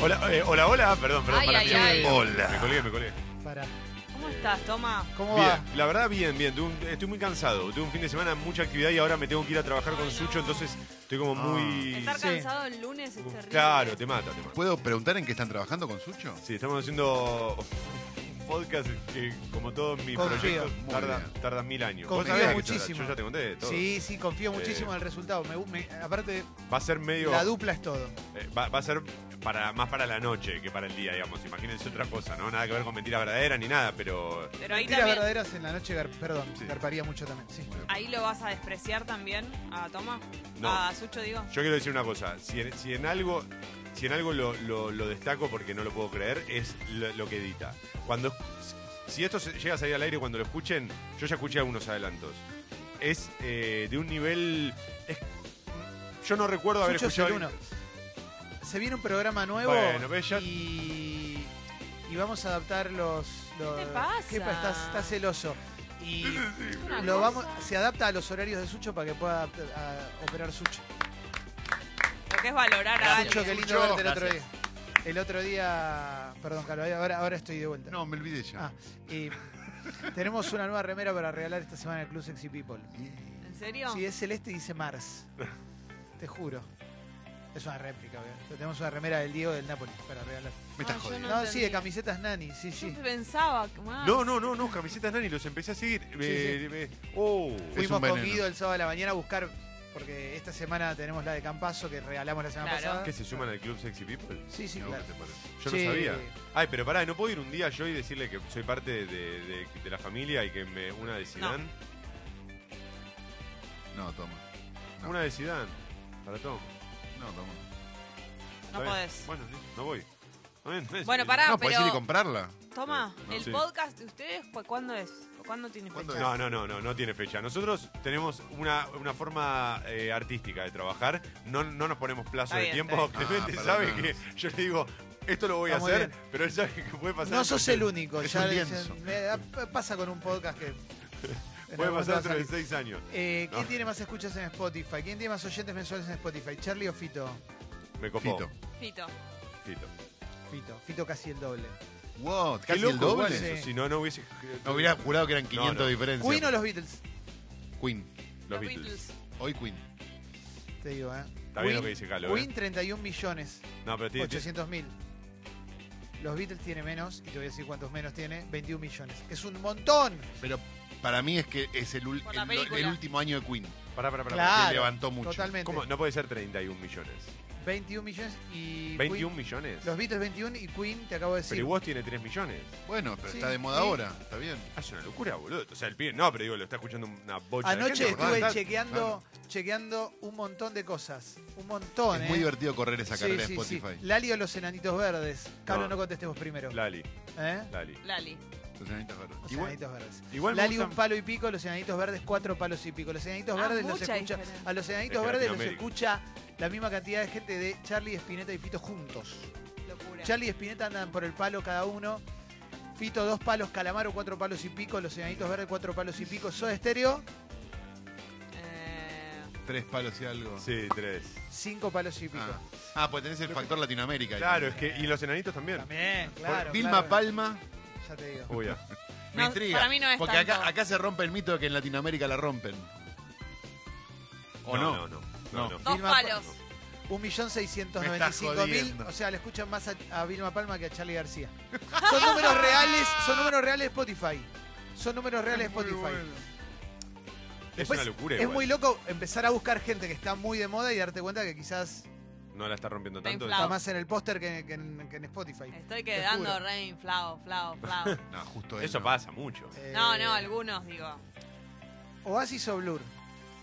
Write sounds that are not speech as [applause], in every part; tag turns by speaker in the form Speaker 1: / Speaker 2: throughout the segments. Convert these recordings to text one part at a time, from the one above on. Speaker 1: Hola, eh, hola, hola, perdón, perdón,
Speaker 2: Ay,
Speaker 1: para
Speaker 2: ay,
Speaker 1: mí.
Speaker 2: ay.
Speaker 3: Me
Speaker 1: Hola.
Speaker 3: colgué, me colgué.
Speaker 4: Para.
Speaker 2: ¿Cómo estás, Toma?
Speaker 4: ¿Cómo
Speaker 1: Bien,
Speaker 4: va?
Speaker 1: la verdad, bien, bien. Tuve un- estoy muy cansado. Tuve un fin de semana mucha actividad y ahora me tengo que ir a trabajar con Sucho, entonces estoy como
Speaker 3: Ah.
Speaker 1: muy.
Speaker 2: Estar
Speaker 4: sí.
Speaker 2: cansado el lunes es terrible.
Speaker 1: Claro, te mata, te mata.
Speaker 3: ¿Puedo preguntar en qué están trabajando con Sucho?
Speaker 1: Sí, estamos haciendo [laughs] un podcast que, como todos mis
Speaker 4: Confío.
Speaker 1: proyectos,
Speaker 3: Muy
Speaker 1: tarda,
Speaker 3: bien.
Speaker 1: tarda mil años.
Speaker 4: Confío
Speaker 1: Vos sabés que yo-
Speaker 4: muchísimo.
Speaker 1: Yo, ya te conté de todo.
Speaker 4: Sí, sí, confío muchísimo
Speaker 1: Eh.
Speaker 4: en el resultado. Me, gu- me- aparte,
Speaker 1: Va a ser medio.
Speaker 4: la dupla es todo.
Speaker 1: eh, va, va a ser para, más para la noche que para el día, digamos. Imagínense otra cosa, ¿no? Nada que ver con mentira verdadera ni nada, pero.
Speaker 2: Pero ahí
Speaker 4: Tiras
Speaker 2: también.
Speaker 4: verdaderas en la noche, gar- perdón,
Speaker 1: Sí.
Speaker 4: garparía mucho también. Sí.
Speaker 2: Ahí lo vas a despreciar también a Toma.
Speaker 1: No.
Speaker 2: A Sucho, digo.
Speaker 1: Yo quiero decir una cosa, si en, si en algo, si en algo lo, lo- lo destaco porque no lo puedo creer, es lo, lo que edita. Cuando si esto se- llega a salir al aire cuando lo escuchen, yo ya escuché algunos adelantos. Es eh, de un nivel. es- yo no recuerdo haber
Speaker 4: Sucho es el
Speaker 1: escuchado.
Speaker 4: uno. Se viene un programa nuevo
Speaker 1: Bueno, ves, ya-
Speaker 4: y, y vamos a adaptar los... los-
Speaker 2: ¿Qué te pasa?
Speaker 4: ¿Qué pa- estás, estás celoso. Y
Speaker 2: Una cosa.
Speaker 4: lo vamos, se adapta a los horarios de Sucho para que pueda adaptar- a operar Sucho.
Speaker 2: Lo que es valorar a
Speaker 5: Gracias.
Speaker 2: alguien.
Speaker 4: Sucho, qué lindo
Speaker 5: Sucho,
Speaker 4: verte el otro día.
Speaker 5: gracias.
Speaker 4: El otro día... Perdón, Carlos, ahora, ahora estoy de vuelta.
Speaker 3: No, me olvidé
Speaker 4: Ah,
Speaker 3: ya.
Speaker 4: y [laughs] tenemos una nueva remera para regalar esta semana en el Club Sexy People.
Speaker 2: ¿En serio?
Speaker 4: Sí, es celeste y dice Mars. Te juro. Es una réplica, obvio. Pero Tenemos una remera del Diego del Napoli para regalar.
Speaker 3: Me estás
Speaker 2: Ah, yo
Speaker 3: jodiendo.
Speaker 4: No, sí, de
Speaker 2: entendía.
Speaker 4: camisetas Nani, sí,
Speaker 2: Yo
Speaker 4: sí.
Speaker 2: pensaba que más.
Speaker 1: No, no, no, no, camisetas nani, los empecé a seguir. Me-
Speaker 4: sí.
Speaker 1: me- oh.
Speaker 4: Fuimos con
Speaker 3: veneno.
Speaker 4: Guido el sábado a la mañana a buscar, porque esta semana tenemos la de Campazo que regalamos la semana
Speaker 2: Claro.
Speaker 4: pasada.
Speaker 1: ¿Qué se suman al Club Sexy People?
Speaker 4: Sí, sí,
Speaker 3: No,
Speaker 4: claro.
Speaker 3: ¿qué te parece?
Speaker 1: Yo
Speaker 4: Sí.
Speaker 1: no sabía. Ay, pero pará, ¿no puedo ir un día yo y decirle que soy parte de, de- de la familia y que me una de Zidane?
Speaker 3: No, toma. No.
Speaker 1: Una de Zidane. Para todo.
Speaker 3: No, toma.
Speaker 1: Está
Speaker 2: No
Speaker 1: bien.
Speaker 2: podés.
Speaker 1: Bueno, sí, no voy. Está bien, no es-
Speaker 2: Bueno, pará,
Speaker 3: no, podés ir y
Speaker 2: pero.
Speaker 3: comprarla.
Speaker 2: Toma,
Speaker 1: No,
Speaker 2: el
Speaker 1: sí.
Speaker 2: podcast de ustedes, cu- ¿cuándo es? ¿O ¿Cuándo tiene
Speaker 3: ¿Cuándo
Speaker 2: fecha?
Speaker 1: No, no, no, no, no tiene fecha. Nosotros tenemos una, una forma eh, artística de trabajar. No, no nos ponemos plazo
Speaker 2: Está
Speaker 1: de
Speaker 2: bien,
Speaker 1: tiempo.
Speaker 3: bien.
Speaker 1: Clemente
Speaker 3: Ah,
Speaker 1: sabe
Speaker 3: perdón.
Speaker 1: que yo le digo, esto lo voy a
Speaker 4: Está muy
Speaker 1: hacer,
Speaker 4: bien.
Speaker 1: pero él sabe que puede pasar.
Speaker 4: No sos el único.
Speaker 3: Es
Speaker 4: ya
Speaker 3: un
Speaker 4: dicen-
Speaker 3: lienzo.
Speaker 4: me da- pasa con un
Speaker 1: [laughs]
Speaker 4: podcast que... en
Speaker 1: Puede
Speaker 4: algún momento
Speaker 1: pasar
Speaker 4: va a
Speaker 1: dentro de
Speaker 4: salir.
Speaker 1: seis años.
Speaker 4: Eh, ¿Quién
Speaker 1: No.
Speaker 4: tiene más escuchas en Spotify? ¿Quién tiene más oyentes mensuales en Spotify? ¿Charlie o Fito?
Speaker 1: Me copó.
Speaker 3: Fito.
Speaker 2: Fito.
Speaker 1: Fito.
Speaker 4: Fito. Fito casi el doble.
Speaker 3: Wow,
Speaker 1: Qué
Speaker 3: casi
Speaker 1: loco
Speaker 3: el doble.
Speaker 1: igual eso,
Speaker 4: Sí.
Speaker 1: Si no, no hubiese. eh,
Speaker 3: No hubiera jurado que eran 500
Speaker 1: No, no.
Speaker 3: de diferencia.
Speaker 4: ¿Queen o los Beatles?
Speaker 3: Queen.
Speaker 1: Los Beatles.
Speaker 3: Hoy Queen.
Speaker 4: Te digo, ¿eh?
Speaker 1: Está bien
Speaker 4: Queen-
Speaker 1: lo que dice Calo, ¿eh?
Speaker 4: Queen 31 millones,
Speaker 1: No, pero tiene-
Speaker 4: 800 mil. Los Beatles tiene menos, y te voy a decir cuántos menos tiene, 21 millones. ¡Es un montón!
Speaker 3: Pero para mí es que es el, ul-
Speaker 2: Por la
Speaker 3: el-
Speaker 2: película.
Speaker 3: el último año de Queen.
Speaker 1: Pará, pará, pará.
Speaker 4: Claro.
Speaker 3: Que levantó mucho.
Speaker 4: Totalmente.
Speaker 1: ¿Cómo? No puede ser 31 millones.
Speaker 4: 21 millones y...
Speaker 1: ¿21
Speaker 4: Queen-
Speaker 1: millones?
Speaker 4: los Beatles 21 y Queen, te acabo de decir.
Speaker 1: Pero vos tiene 3 millones.
Speaker 3: Bueno, pero
Speaker 4: Sí,
Speaker 3: está de moda
Speaker 4: sí.
Speaker 3: ahora. Está bien.
Speaker 1: Ah, Es una locura, boludo. O sea, el pibe. No, pero digo, lo está escuchando una bocha. de
Speaker 4: Anoche
Speaker 1: gente,
Speaker 4: estuve
Speaker 1: ¿verdad?
Speaker 4: chequeando, chequeando un montón de cosas. Un montón,
Speaker 3: Es
Speaker 4: ¿eh?
Speaker 3: muy divertido correr esa
Speaker 4: Sí,
Speaker 3: carrera
Speaker 4: sí,
Speaker 3: de Spotify.
Speaker 4: sí. Lali o los enanitos verdes. Carlos,
Speaker 1: No.
Speaker 4: no, contestemos primero.
Speaker 1: Lali,
Speaker 4: ¿Eh?
Speaker 1: Lali.
Speaker 2: Lali.
Speaker 3: Los enanitos verdes.
Speaker 4: Los
Speaker 1: Igual-
Speaker 4: enanitos verdes.
Speaker 1: Igual me
Speaker 4: Lali
Speaker 1: gustan-
Speaker 4: un palo y pico, los enanitos verdes cuatro palos y pico. Los enanitos
Speaker 2: Ah,
Speaker 4: verdes los
Speaker 2: mucha
Speaker 4: escucha.
Speaker 2: diferencia.
Speaker 4: A los
Speaker 1: Es
Speaker 4: enanitos
Speaker 1: que
Speaker 4: verdes los
Speaker 1: Latinoamérica.
Speaker 4: escucha la misma cantidad de gente de Charlie, Spinetta y Fito juntos.
Speaker 2: Locura. Eh,
Speaker 4: Charlie y Spinetta andan por el palo cada uno. Fito dos palos, Calamaro cuatro palos y pico, los enanitos verdes cuatro palos y pico. Soda Estéreo
Speaker 2: Eh,
Speaker 3: Tres palos y algo.
Speaker 1: Sí, tres.
Speaker 4: cinco palos y pico.
Speaker 3: Ah. Ah, pues tenés el factor Latinoamérica. ahí.
Speaker 1: Claro, es que. Y los enanitos también.
Speaker 4: También, claro.
Speaker 3: Vilma
Speaker 4: claro.
Speaker 3: Palma.
Speaker 4: Ya te digo.
Speaker 1: Uy, ah.
Speaker 3: Me
Speaker 2: No,
Speaker 3: intriga.
Speaker 2: para mí no es
Speaker 3: Porque
Speaker 2: tanto.
Speaker 3: acá, acá se rompe el mito de que en Latinoamérica la rompen. ¿O no?
Speaker 1: No, no, no. no,
Speaker 3: No.
Speaker 1: no.
Speaker 2: Dos
Speaker 4: Vilma-
Speaker 2: palos.
Speaker 4: Un millón seiscientos noventa y cinco
Speaker 3: Me estás
Speaker 4: mil.
Speaker 3: jodiendo.
Speaker 4: O sea, le escuchan más a, a Vilma Palma que a Charlie García. Son números reales, son números reales de Spotify. Son números reales de Spotify.
Speaker 1: Es
Speaker 4: Después,
Speaker 1: una locura,
Speaker 4: Es
Speaker 1: igual.
Speaker 4: muy loco empezar a buscar gente que está muy de moda y darte cuenta que quizás
Speaker 1: No la está rompiendo
Speaker 2: Está
Speaker 1: tanto.
Speaker 4: está
Speaker 2: inflado.
Speaker 4: más en el póster que, que en, que en Spotify.
Speaker 2: Estoy
Speaker 4: Te
Speaker 2: quedando
Speaker 4: juro.
Speaker 2: re inflado, flao, flao.
Speaker 3: No, justo él
Speaker 1: Eso
Speaker 3: no.
Speaker 1: pasa mucho.
Speaker 4: Eh,
Speaker 2: No, no, algunos digo.
Speaker 4: Oasis o Blur.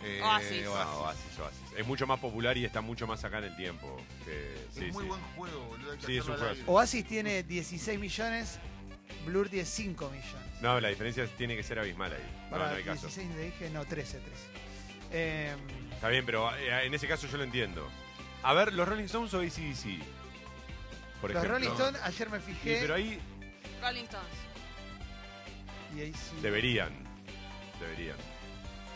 Speaker 3: Eh,
Speaker 2: Oasis.
Speaker 1: No, Oasis, Oasis. Es mucho más popular y está mucho más acá en el tiempo. que-
Speaker 3: Es
Speaker 1: sí,
Speaker 3: muy
Speaker 1: sí.
Speaker 3: buen juego, boludo. hay que
Speaker 1: Sí, es un
Speaker 3: hacerlo al
Speaker 1: juego.
Speaker 3: aire.
Speaker 4: Oasis tiene 16 millones, Blur 15 millones.
Speaker 1: No, la diferencia tiene que ser abismal ahí. No, no
Speaker 4: Para
Speaker 1: hay caso.
Speaker 4: 16 le dije, no, 13, 13. Eh,
Speaker 1: Está bien, pero eh, en ese caso yo lo entiendo. A ver, los Rolling Stones o ACDC. Por
Speaker 4: los
Speaker 1: ejemplo.
Speaker 4: Rolling Stones, ayer me
Speaker 1: Y,
Speaker 4: fijé
Speaker 1: pero ahí
Speaker 2: Rolling Stones.
Speaker 4: y ahí sí.
Speaker 1: deberían. Deberían.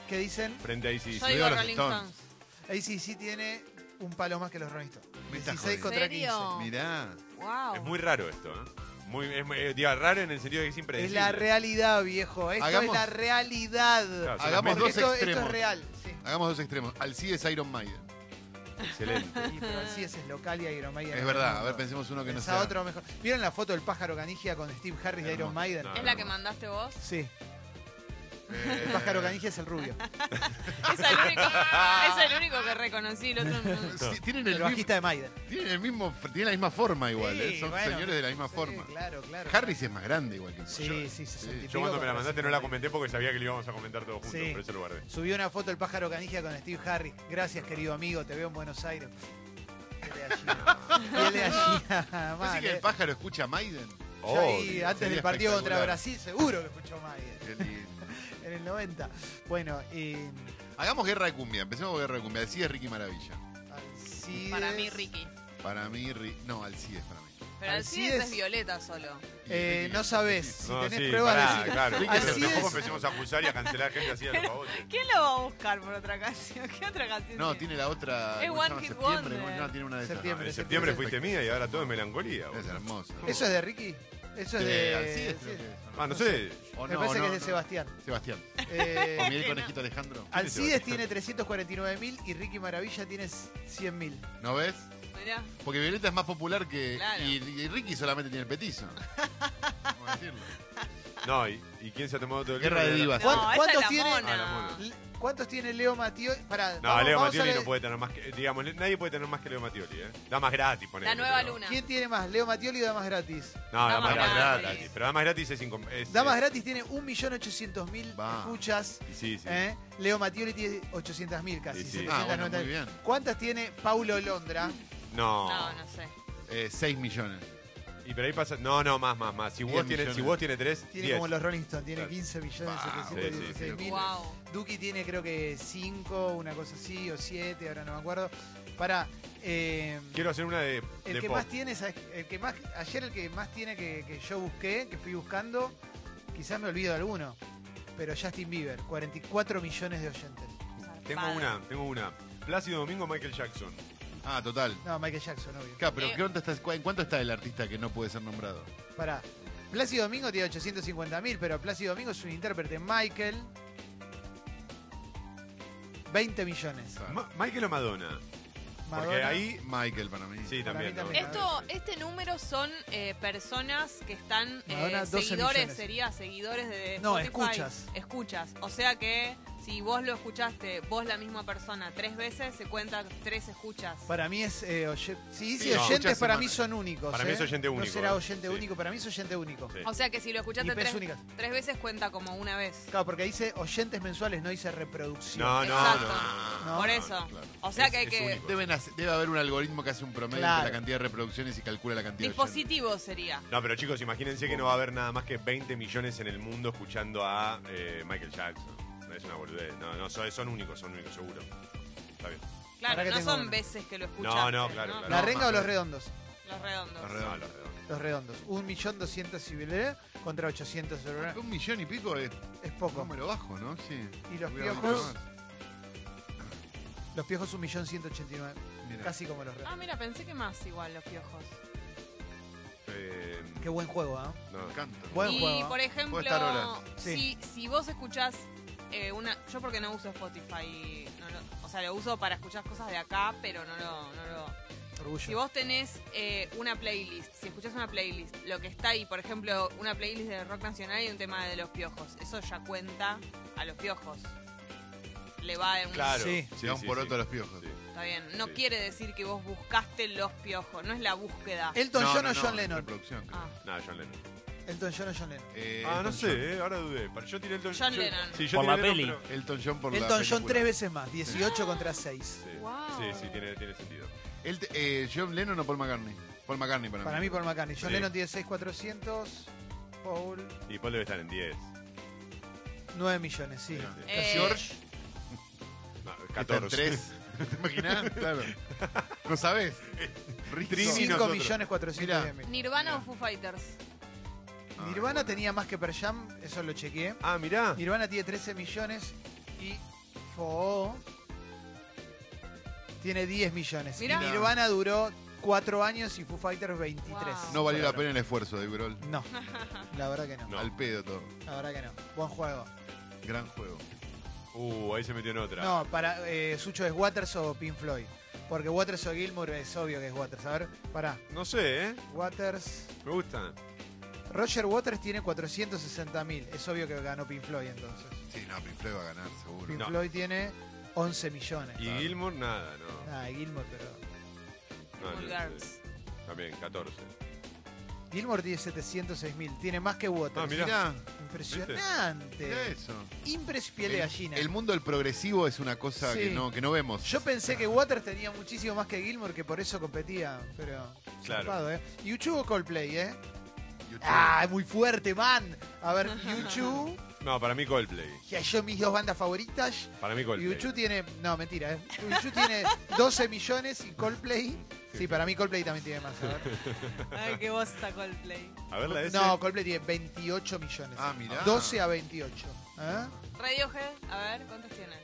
Speaker 4: ¿Qué dicen?
Speaker 1: Frente a ACDC.
Speaker 2: Yo
Speaker 3: digo
Speaker 2: digo
Speaker 3: los
Speaker 2: Rolling
Speaker 3: Stones.
Speaker 2: Stones.
Speaker 4: Ahí sí, sí tiene un palo más que los Rolling Stones.
Speaker 3: Me estás
Speaker 4: 16
Speaker 3: jodiendo.
Speaker 4: contra
Speaker 2: ¿En serio?
Speaker 4: 15.
Speaker 3: Mirá.
Speaker 2: Wow.
Speaker 1: Es muy raro esto, ¿eh? Muy, es, muy- eh, digo, raro en el sentido de que es
Speaker 4: Es
Speaker 1: impredecible.
Speaker 4: la realidad, viejo. Esto es
Speaker 3: Hagamos-
Speaker 4: la realidad.
Speaker 1: Claro, son las
Speaker 3: Hagamos
Speaker 4: Porque
Speaker 3: dos
Speaker 1: Mendoza.
Speaker 4: esto, esto es
Speaker 3: extremos.
Speaker 4: real. Sí.
Speaker 3: Hagamos dos extremos. Alcides Iron Maiden.
Speaker 4: [laughs]
Speaker 1: Excelente.
Speaker 4: Sí, pero así es, es local y Iron Maiden.
Speaker 3: Es
Speaker 4: no
Speaker 3: verdad.
Speaker 4: mundo.
Speaker 3: A ver, pensemos uno que no
Speaker 4: Pensá
Speaker 3: sea.
Speaker 4: otro mejor. ¿Vieron la foto del pájaro canigia con Steve Harris de Iron
Speaker 3: Hermoso.
Speaker 4: Maiden?
Speaker 1: No.
Speaker 2: ¿Es la que mandaste vos? [laughs]
Speaker 4: Sí,
Speaker 1: Eh,
Speaker 4: el pájaro canigia es el
Speaker 3: [laughs]
Speaker 4: rubio.
Speaker 2: Es el único, es el único que reconocí, el otro no.
Speaker 3: Sí, tienen,
Speaker 4: El
Speaker 3: el mismo,
Speaker 4: bajista de Maiden.
Speaker 3: tienen el mismo- tienen la misma forma igual,
Speaker 4: Sí,
Speaker 3: ¿eh? Son
Speaker 4: bueno,
Speaker 3: señores de la misma
Speaker 4: sí,
Speaker 3: forma.
Speaker 4: Claro, claro.
Speaker 3: Harris es más grande igual que yo.
Speaker 4: Sí, sí, sí.
Speaker 1: Yo cuando me la mandaste no la comenté porque sabía que lo íbamos a comentar todos juntos,
Speaker 4: Sí.
Speaker 1: por eso lo guardé.
Speaker 4: Subió una foto el pájaro canigia con Steve Harris. Gracias, querido amigo. Te veo en Buenos Aires. Piel de gallina. Piel de
Speaker 3: [laughs]
Speaker 4: gallina,
Speaker 3: ¿Así
Speaker 4: man,
Speaker 3: que
Speaker 4: eh.
Speaker 3: el pájaro escucha Maiden?
Speaker 4: Yo ahí,
Speaker 1: Obvio.
Speaker 4: antes del
Speaker 3: sería
Speaker 4: partido contra
Speaker 3: espectacular.
Speaker 4: Brasil, seguro que escuchó Maiden.
Speaker 3: Qué lindo.
Speaker 4: En el 90. Bueno, eh,
Speaker 3: Hagamos guerra de cumbia. Empecemos con guerra de cumbia. Alcides, Ricky Maravilla.
Speaker 4: Alcides-
Speaker 2: Para mí, Ricky.
Speaker 3: Para mí, Ri- no, Alcides para mí.
Speaker 2: Pero
Speaker 4: Alcides-
Speaker 2: Alcides es Violeta solo.
Speaker 3: Y
Speaker 4: Eh,
Speaker 3: Ricky,
Speaker 4: no sabés. Si
Speaker 1: No,
Speaker 4: tenés
Speaker 1: sí,
Speaker 4: pruebas,
Speaker 1: pará,
Speaker 4: decí-
Speaker 1: claro.
Speaker 3: Ricky,
Speaker 1: Pero
Speaker 4: así
Speaker 1: tampoco
Speaker 4: es.
Speaker 1: empecemos a acusar y a cancelar gente así a
Speaker 4: [laughs]
Speaker 1: los pavotes.
Speaker 2: ¿Quién lo va a buscar por otra canción? [laughs] ¿Qué otra canción?
Speaker 3: [laughs] No, tiene la otra.
Speaker 2: Es
Speaker 3: ¿cómo se
Speaker 2: One
Speaker 3: llama?
Speaker 2: Hit
Speaker 3: Septiembre,
Speaker 2: Wonder.
Speaker 3: No, tiene una de esas.
Speaker 4: Septiembre,
Speaker 1: En
Speaker 4: Pero
Speaker 1: septiembre
Speaker 4: septiembre-
Speaker 1: fuiste mía y ahora todo es melancolía. vos.
Speaker 3: Es hermoso.
Speaker 4: ¿Eso es de Ricky? Eso es de.
Speaker 3: Alcides,
Speaker 4: sí.
Speaker 3: creo que es, ¿o no?
Speaker 1: Ah, no sé.
Speaker 3: O
Speaker 4: Me
Speaker 3: no,
Speaker 4: parece
Speaker 3: no,
Speaker 4: que es de
Speaker 3: no. [laughs]
Speaker 4: Sebastián. [laughs]
Speaker 3: Sebastián.
Speaker 4: Eh,
Speaker 3: O Miguel
Speaker 2: que no.
Speaker 3: Conejito Alejandro.
Speaker 4: Alcides tiene 349.000 y Ricky Maravilla tiene 100.000.
Speaker 3: ¿No ves?
Speaker 2: Mirá.
Speaker 3: Porque Violeta es más popular que.
Speaker 2: Claro.
Speaker 3: Y, y Ricky solamente tiene
Speaker 4: [laughs]
Speaker 3: el petizo. ¿Cómo decirlo?
Speaker 1: No, ¿y, y quién se ha tomado todo el
Speaker 3: Guerra de
Speaker 1: libro?
Speaker 3: divas. Ah,
Speaker 2: No, esa es
Speaker 4: cuántos
Speaker 2: la
Speaker 4: tiene?
Speaker 2: mona.
Speaker 1: Ah, la mona.
Speaker 4: L- ¿Cuántos tiene Leo Matioli? Pará,
Speaker 1: No,
Speaker 4: vamos-
Speaker 1: Leo
Speaker 4: vamos a
Speaker 1: Matioli
Speaker 4: leer-
Speaker 1: no puede tener más que. Digamos, le- nadie puede tener más que Leo Matioli, ¿eh? Da más gratis, ponele.
Speaker 2: La nueva
Speaker 1: pero-
Speaker 2: luna.
Speaker 4: ¿Quién tiene más? ¿Leo Matioli o Damas Gratis?
Speaker 1: No, da
Speaker 2: Da
Speaker 1: más
Speaker 2: más
Speaker 1: gratis.
Speaker 2: gratis.
Speaker 1: Pero da más gratis es. incom- es-
Speaker 4: Damas
Speaker 1: es-
Speaker 4: Gratis tiene 1.800.000
Speaker 3: Va.
Speaker 4: escuchas.
Speaker 1: y Sí, sí.
Speaker 4: ¿eh? Leo Matioli tiene 800.000 casi.
Speaker 1: Sí, sí.
Speaker 3: Ah, bueno,
Speaker 4: 790.000.
Speaker 3: muy bien.
Speaker 4: ¿Cuántas tiene Paulo Londra?
Speaker 1: No.
Speaker 2: No, no sé.
Speaker 3: Eh, 6 millones.
Speaker 1: Y pero ahí pasa. No, no, más, más, más. Si vos
Speaker 3: Diez
Speaker 1: tiene,
Speaker 3: millones.
Speaker 1: si vos tiene tres,
Speaker 4: Tiene
Speaker 1: diez.
Speaker 4: como los Rolling Stones, tiene
Speaker 1: Claro.
Speaker 4: 15 millones
Speaker 3: Wow,
Speaker 1: sí, sí.
Speaker 2: Wow.
Speaker 4: Duki tiene creo que 5, una cosa así, o 7, ahora no me acuerdo. Para, eh,
Speaker 1: Quiero hacer una de,
Speaker 4: el
Speaker 1: de
Speaker 4: que
Speaker 1: pop.
Speaker 4: más tiene, ¿sabes? el que más, ayer el que más tiene que, que yo busqué, que fui buscando, quizás me olvido de alguno, pero Justin Bieber, 44 millones de oyentes.
Speaker 1: Tengo una, tengo una. Plácido Domingo, Michael Jackson.
Speaker 3: Ah, total.
Speaker 4: No, Michael Jackson, obvio.
Speaker 3: Claro, pero
Speaker 2: Eh.
Speaker 3: ¿qué onda estás- cu- ¿en cuánto está el artista que no puede ser nombrado?
Speaker 4: Pará. Plácido Domingo tiene 850 mil, pero Plácido Domingo es un intérprete. Michael. 20 millones.
Speaker 3: Claro.
Speaker 1: Ma- Michael o Madonna. Porque
Speaker 4: Madonna,
Speaker 1: ahí.
Speaker 3: Michael para mí.
Speaker 1: Sí,
Speaker 4: Para mí
Speaker 1: también. ¿no?
Speaker 4: también.
Speaker 2: Esto, este número son eh, personas que están eh,
Speaker 4: Madonna, 12
Speaker 2: seguidores,
Speaker 4: millones.
Speaker 2: sería seguidores de
Speaker 4: No,
Speaker 2: Spotify.
Speaker 4: escuchas.
Speaker 2: Escuchas. O sea que si vos lo escuchaste, vos la misma persona, tres veces, se cuentan tres escuchas.
Speaker 4: Para mí es. eh, oye- Si dice
Speaker 3: Sí,
Speaker 4: oyentes,
Speaker 3: no, escuchas
Speaker 4: para
Speaker 3: semana.
Speaker 4: mí son únicos.
Speaker 1: Para mí
Speaker 4: eh.
Speaker 1: es oyente único,
Speaker 4: No será
Speaker 1: eh.
Speaker 4: oyente
Speaker 1: Sí.
Speaker 4: único, para mí es oyente único.
Speaker 1: Sí.
Speaker 2: O sea que si lo escuchaste
Speaker 4: IPs
Speaker 2: tres,
Speaker 4: únicas.
Speaker 2: tres veces, cuenta como una vez.
Speaker 4: Claro, porque dice oyentes mensuales, no dice reproducción.
Speaker 1: No, no, no,
Speaker 2: Exacto.
Speaker 1: no, no.
Speaker 4: No.
Speaker 2: Por eso.
Speaker 3: claro.
Speaker 2: O sea
Speaker 1: Es-
Speaker 2: que hay
Speaker 1: es
Speaker 2: que.
Speaker 1: único.
Speaker 3: Deben hace- debe haber un algoritmo que hace un promedio
Speaker 4: Claro.
Speaker 3: de la cantidad de reproducciones y calcula la cantidad de
Speaker 2: Dispositivo sería.
Speaker 1: No, pero chicos, imagínense que no va a haber nada más que 20 millones en el mundo escuchando a eh, Michael Jackson. Es una boludez. No, no, son, son únicos, son únicos, seguro. Está bien.
Speaker 2: Claro,
Speaker 4: Ahora que
Speaker 2: no
Speaker 4: tengo
Speaker 2: son
Speaker 4: una.
Speaker 2: veces que lo escuchaste.
Speaker 1: no, claro, claro.
Speaker 4: ¿La
Speaker 3: No,
Speaker 4: renga
Speaker 3: más
Speaker 4: o los
Speaker 3: de-
Speaker 4: redondos?
Speaker 2: Los redondos.
Speaker 1: Los redondos, los redondos.
Speaker 4: Los redondos. 1.200.000 y blé, contra 800. blé,
Speaker 3: oyentes. Un millón y pico es
Speaker 4: Es poco.
Speaker 3: número bajo, ¿no? Sí.
Speaker 4: Y los
Speaker 3: Hubiera
Speaker 4: piojos.
Speaker 3: dicho más.
Speaker 4: Los piojos 1.189.000.
Speaker 3: Mira.
Speaker 4: Casi como los
Speaker 2: Ah,
Speaker 4: redondos.
Speaker 2: mira, pensé que más igual los piojos.
Speaker 1: Eh,
Speaker 4: Qué buen juego, ¿ah?
Speaker 1: no.
Speaker 3: Me encanta.
Speaker 4: Buen
Speaker 2: y
Speaker 4: juego, ¿eh?
Speaker 2: por ejemplo,
Speaker 3: Puede estar horas.
Speaker 4: Sí.
Speaker 2: si, si vos escuchás eh, una. Yo porque no uso Spotify. no lo- o sea, lo uso para escuchar cosas de acá, pero no lo. No lo
Speaker 4: Orgullo.
Speaker 2: si vos tenés eh, una playlist, si escuchás una playlist, lo que está ahí, por ejemplo, una playlist de rock nacional y un tema de los piojos, eso ya cuenta a los piojos. Le va en un.
Speaker 1: Claro.
Speaker 4: Sí.
Speaker 3: Se da un poroto a los piojos.
Speaker 1: Sí.
Speaker 2: Está bien. No
Speaker 1: Sí.
Speaker 2: quiere decir que vos buscaste los piojos, no es la búsqueda.
Speaker 4: Elton
Speaker 3: No,
Speaker 4: John
Speaker 3: no,
Speaker 4: o
Speaker 3: no,
Speaker 4: John
Speaker 3: en
Speaker 4: Lennon.
Speaker 3: reproducción, creo.
Speaker 2: Ah.
Speaker 1: No, John Lennon.
Speaker 4: Elton John o John Lennon.
Speaker 3: Eh,
Speaker 1: Ah, no
Speaker 3: Elton John.
Speaker 1: sé, eh, ahora dudé. Pero Yo tiré el Don
Speaker 2: John
Speaker 1: yo-
Speaker 2: Lennon.
Speaker 1: Sí, yo
Speaker 5: Por
Speaker 1: tiré
Speaker 5: la
Speaker 1: Lennon,
Speaker 5: peli.
Speaker 1: pero-
Speaker 3: Elton John por la
Speaker 4: Elton John
Speaker 3: película.
Speaker 4: tres veces más, 18 contra 6.
Speaker 1: Sí,
Speaker 2: Wow.
Speaker 1: sí, sí, tiene, tiene sentido.
Speaker 3: El- eh, John Lennon o Paul McCartney. Paul McCartney para,
Speaker 4: Para mí Paul McCartney. John
Speaker 1: Sí.
Speaker 4: Lennon tiene 6,400. Paul,
Speaker 1: Y Paul debe estar en 10.
Speaker 4: 9 millones, sí.
Speaker 3: Sí.
Speaker 1: Sí.
Speaker 2: Eh,
Speaker 3: George.
Speaker 1: No,
Speaker 3: que está
Speaker 1: 14.
Speaker 3: en tres. ¿Te imaginas? Claro. No sabes. Risco.
Speaker 1: Trini y
Speaker 4: 5
Speaker 1: nosotros.
Speaker 4: millones 410 mil.
Speaker 2: Nirvana o Foo Fighters.
Speaker 3: Ah,
Speaker 4: Nirvana
Speaker 3: bueno.
Speaker 4: tenía más que Per Jam, eso lo chequeé.
Speaker 1: [laughs] Ah, mirá.
Speaker 4: Nirvana tiene 13 millones y Foo tiene 10 millones. Y
Speaker 2: Mirá.
Speaker 4: Nirvana duró 4 años y Foo Fighters 23.
Speaker 2: Wow.
Speaker 3: No valió la pena el esfuerzo de Grohl.
Speaker 4: No,
Speaker 2: [laughs]
Speaker 4: la verdad que no.
Speaker 1: No.
Speaker 3: Al pedo todo.
Speaker 4: La verdad que no. Buen juego.
Speaker 3: Gran juego.
Speaker 1: Uh, ahí se metió en otra.
Speaker 4: No, para eh, Sucho es Waters o Pink Floyd. Porque Waters o Gilmour es obvio que es Waters. A ver, pará.
Speaker 1: No sé, ¿eh?
Speaker 4: Waters.
Speaker 1: Me gusta.
Speaker 4: Roger Waters tiene 460.000. Es obvio que ganó Pink Floyd entonces.
Speaker 3: Sí, no, Pink Floyd va a ganar, seguro.
Speaker 4: Pink
Speaker 1: No.
Speaker 4: Floyd tiene 11 millones.
Speaker 1: Y Gilmour, nada, no.
Speaker 4: Ah, Gilmour, pero.
Speaker 1: No, no,
Speaker 2: Cool
Speaker 1: no,
Speaker 2: Girls.
Speaker 1: También, 14.
Speaker 4: Gilmour tiene 706.000. Tiene más que Waters.
Speaker 1: Ah, mirá.
Speaker 4: Impresionante.
Speaker 3: mirá eso.
Speaker 4: Impres este, piel de
Speaker 3: El-
Speaker 4: gallina.
Speaker 3: El, mundo del progresivo es una cosa que,
Speaker 4: Sí.
Speaker 3: no, que no vemos.
Speaker 4: Yo pensé que Waters tenía muchísimo más que Gilmour, que por eso competía, pero.
Speaker 1: Claro.
Speaker 4: zarpado, ¿eh? Yuchu o Coldplay, ¿eh?
Speaker 3: YouTube.
Speaker 4: ¡Ah, es muy fuerte, man!
Speaker 2: [laughs]
Speaker 4: A ver, Yuchu,
Speaker 1: No, para mí Coldplay.
Speaker 4: que yo mis dos bandas favoritas.
Speaker 1: Para mí Coldplay.
Speaker 4: Yuchu tiene. No, mentira, ¿eh? Yuchu tiene 12 millones y Coldplay. Sí, para mí Coldplay también tiene más. A ver.
Speaker 2: Ay, qué bosta Coldplay.
Speaker 1: A ver la S.
Speaker 4: No, Coldplay tiene 28 millones.
Speaker 3: Ah, mirá.
Speaker 4: 12 a 28. ¿eh?
Speaker 2: Radiohead, a ver, ¿cuántos tienen?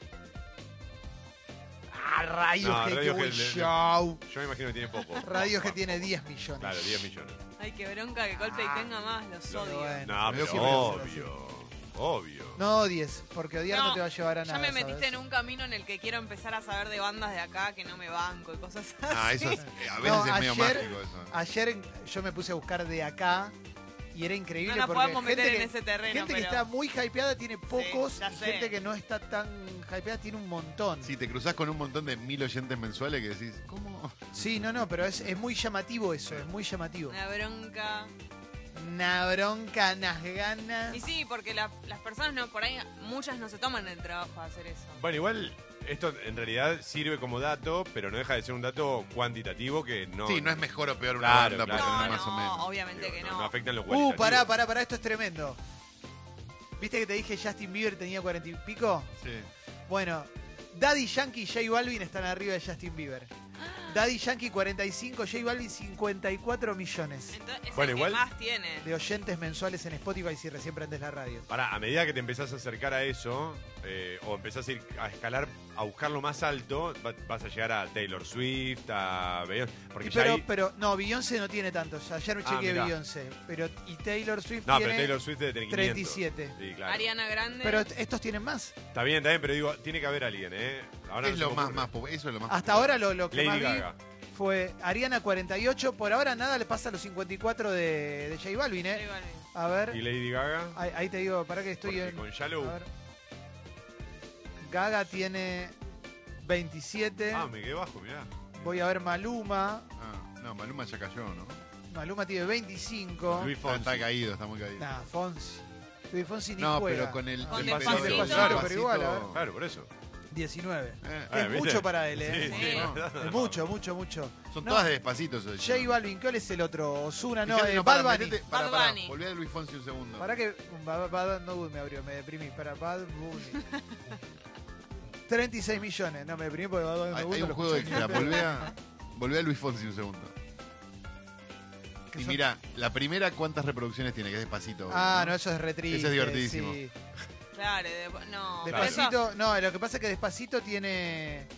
Speaker 4: Ah, Radiohead, qué
Speaker 1: Radiohead
Speaker 4: buen
Speaker 1: le-
Speaker 4: show.
Speaker 1: Yo me imagino que tiene poco.
Speaker 4: Radiohead tiene 10 millones.
Speaker 1: Claro, 10 millones.
Speaker 2: Ay, qué bronca que Coldplay
Speaker 4: Ah.
Speaker 2: tenga más, los
Speaker 4: Pero
Speaker 2: odio.
Speaker 4: bueno.
Speaker 1: No,
Speaker 3: me
Speaker 1: pero
Speaker 3: dio
Speaker 4: fiebre.
Speaker 1: obvio. Obvio.
Speaker 4: No odies, porque odiar no,
Speaker 2: No,
Speaker 4: te va a llevar a
Speaker 2: Ya
Speaker 4: nada.
Speaker 2: me metiste
Speaker 4: ¿sabes?
Speaker 2: en un camino en el que quiero empezar a saber de bandas de acá que no me banco y cosas así.
Speaker 3: Ah, eso es- a veces
Speaker 4: No,
Speaker 3: es
Speaker 4: ayer- Ah.
Speaker 3: medio mágico eso.
Speaker 4: Ayer en- yo me puse a buscar de acá y era
Speaker 2: no
Speaker 4: increíble
Speaker 2: nos
Speaker 4: porque
Speaker 2: podemos
Speaker 4: gente,
Speaker 2: meter en
Speaker 4: que,
Speaker 2: ese terreno,
Speaker 4: gente que
Speaker 2: pero...
Speaker 4: está muy hypeada tiene pocos
Speaker 2: ya
Speaker 4: y
Speaker 2: sé.
Speaker 4: gente que no está tan hypeada tiene un montón.
Speaker 3: Si te cruzás con un montón de mil oyentes mensuales que decís, ¿cómo?
Speaker 4: Sí, no, no, pero es, es muy llamativo eso, es muy llamativo.
Speaker 2: Una bronca.
Speaker 4: Una bronca, unas ganas.
Speaker 2: Y sí, porque la- las personas no, por ahí muchas no se toman el trabajo de hacer eso.
Speaker 1: Bueno, igual esto en realidad sirve como dato, pero no deja de ser un dato cuantitativo que no.
Speaker 3: sí, no es mejor o peor una
Speaker 1: Claro,
Speaker 3: banda,
Speaker 1: claro.
Speaker 3: pero
Speaker 2: no,
Speaker 3: es más
Speaker 2: no,
Speaker 3: o menos.
Speaker 2: obviamente
Speaker 1: digo,
Speaker 2: que
Speaker 1: no,
Speaker 2: no.
Speaker 1: no afectan los
Speaker 4: Uh,
Speaker 1: cualitativos.
Speaker 4: pará, pará, pará, esto es tremendo. ¿Viste que te dije Justin Bieber tenía cuarenta y pico?
Speaker 3: Sí.
Speaker 4: Bueno, Daddy Yankee y J Balvin están arriba de Justin Bieber. Daddy Yankee 45, J Balvin 54 millones
Speaker 2: Entonces, es
Speaker 1: Bueno,
Speaker 2: el
Speaker 1: igual-
Speaker 2: que más tiene.
Speaker 4: de oyentes mensuales en Spotify si recién prendes la radio.
Speaker 1: Pará, a medida que te empezás a acercar a eso, eh, o empezás a ir a escalar, a buscarlo más alto, va- vas a llegar a Taylor Swift, a Beyoncé. Porque
Speaker 4: Y
Speaker 1: ya
Speaker 4: pero,
Speaker 1: ahí-
Speaker 4: pero, no, Beyoncé no tiene tantos. Ayer me
Speaker 1: Ah,
Speaker 4: chequeé
Speaker 1: mirá.
Speaker 4: Beyoncé. Pero, y Taylor Swift
Speaker 1: No, pero
Speaker 4: tiene.
Speaker 1: Taylor Swift debe tener 500.
Speaker 4: 37.
Speaker 1: Sí, claro.
Speaker 2: Ariana Grande.
Speaker 4: Pero est- estos tienen más.
Speaker 1: Está bien, está bien, pero digo, tiene que haber alguien, ¿eh? Ahora
Speaker 3: es
Speaker 1: no se
Speaker 3: lo
Speaker 1: me
Speaker 3: más,
Speaker 1: ocurre.
Speaker 3: más pop- Eso es lo más
Speaker 4: Hasta
Speaker 3: popular.
Speaker 4: ahora lo, lo que más
Speaker 1: Lady
Speaker 4: vi
Speaker 1: Gaga.
Speaker 4: fue Ariana 48. Por ahora nada le pasa a los 54 de, de J Balvin,
Speaker 2: J
Speaker 4: ¿eh?
Speaker 2: Balvin.
Speaker 4: A
Speaker 1: ¿Y
Speaker 4: ver,
Speaker 1: Lady Gaga?
Speaker 4: ahí, ahí te digo, para que ah, estoy
Speaker 1: Porque
Speaker 4: en.
Speaker 1: Con
Speaker 4: A
Speaker 1: Shallow.
Speaker 4: ver. Gaga tiene 27.
Speaker 1: Ah, me quedé bajo, mirá.
Speaker 4: Voy a ver Maluma.
Speaker 3: Ah, no, Maluma ya cayó, ¿no?
Speaker 4: Maluma tiene 25.
Speaker 1: Luis
Speaker 3: Está,
Speaker 1: Fonsi.
Speaker 3: está caído, está muy caído.
Speaker 4: Nah, Fonsi. Luis Fonsi ni
Speaker 3: no,
Speaker 4: juega.
Speaker 3: pero con el.
Speaker 2: Con
Speaker 3: el
Speaker 2: Despacito.
Speaker 3: pero-
Speaker 2: Despacito,
Speaker 3: el
Speaker 4: pero igual, a ver.
Speaker 3: Despacito-
Speaker 1: Claro, por eso.
Speaker 4: 19.
Speaker 3: Eh,
Speaker 1: Ah,
Speaker 4: es
Speaker 1: ¿viste?
Speaker 4: mucho para él,
Speaker 1: Sí,
Speaker 4: ¿eh?
Speaker 1: sí,
Speaker 2: Sí.
Speaker 1: la verdad,
Speaker 4: Es
Speaker 1: no.
Speaker 4: mucho, mucho, mucho.
Speaker 3: Son
Speaker 4: No.
Speaker 3: todas de despacito. eso
Speaker 4: J
Speaker 3: dijeron.
Speaker 4: Balvin, ¿cuál es el otro? Osuna, no,
Speaker 3: Fíjate,
Speaker 4: eh,
Speaker 3: pará,
Speaker 4: Bad Bunny.
Speaker 3: metete-
Speaker 2: Bad
Speaker 3: pará, pará,
Speaker 2: Bunny.
Speaker 3: Volví a Luis Fonsi un segundo.
Speaker 4: Para que. um, Bad, Bad Bunny me abrió, me deprimí. Para Bad Bunny. 36 millones. No, me deprimí porque Bad Bunny
Speaker 3: hay,
Speaker 4: me
Speaker 3: hay
Speaker 4: gusta.
Speaker 3: un
Speaker 4: lo
Speaker 3: juego de
Speaker 4: escuché
Speaker 3: que
Speaker 4: [laughs]
Speaker 3: la
Speaker 4: siempre.
Speaker 3: volví a, volví a Luis Fonsi un segundo.
Speaker 4: Que
Speaker 3: Y
Speaker 4: son-
Speaker 3: mira, la primera, ¿cuántas reproducciones tiene? Que es despacito.
Speaker 4: Ah, no, eso es re triste,
Speaker 3: divertidísimo.
Speaker 4: sí.
Speaker 2: Claro, de- no. pero
Speaker 4: Despacito, no, lo que pasa es que Despacito tiene.
Speaker 2: eso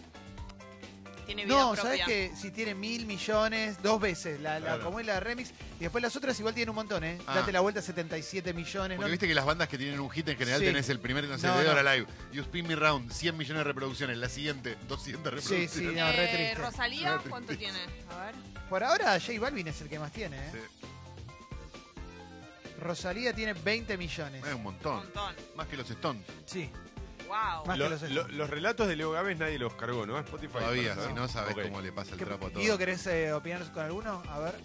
Speaker 2: Tiene vida
Speaker 4: No,
Speaker 2: propia.
Speaker 4: sabes que si tiene mil millones, dos veces, la, la-
Speaker 1: Claro.
Speaker 4: como es la remix, y después las otras igual tienen un montón, ¿eh?
Speaker 3: Ah.
Speaker 4: Date la vuelta 77 millones,
Speaker 3: Porque
Speaker 4: ¿no?
Speaker 3: viste que las bandas que tienen un hit en general
Speaker 4: Sí.
Speaker 3: tenés el primer, no sé,
Speaker 4: No,
Speaker 3: de
Speaker 4: no.
Speaker 3: Dora Live. You Spin Me Round, 100 millones de reproducciones. La siguiente, 200
Speaker 4: Sí,
Speaker 3: reproducciones.
Speaker 4: sí, no, re
Speaker 2: Eh,
Speaker 4: triste.
Speaker 2: Rosalía,
Speaker 3: Re
Speaker 2: ¿cuánto tiene? A ver.
Speaker 4: Por ahora J Balvin es el que más tiene, ¿eh?
Speaker 3: Sí.
Speaker 4: Rosalía tiene 20 millones.
Speaker 3: [laughs] Es un
Speaker 2: Un
Speaker 3: montón.
Speaker 2: montón.
Speaker 3: Más que los Stones.
Speaker 4: Sí.
Speaker 2: Wow.
Speaker 4: Más que
Speaker 1: Lo-
Speaker 4: los-
Speaker 1: lo- los relatos de Leo Gávez nadie los cargó, ¿no? A Spotify.
Speaker 3: Todavía,
Speaker 1: para
Speaker 3: si
Speaker 1: saber.
Speaker 3: no sabes
Speaker 1: Ok.
Speaker 3: cómo le pasa el
Speaker 4: ¿Qué-
Speaker 3: trapo a todo.
Speaker 4: Guido, ¿querés eh, opinar con alguno? A ver.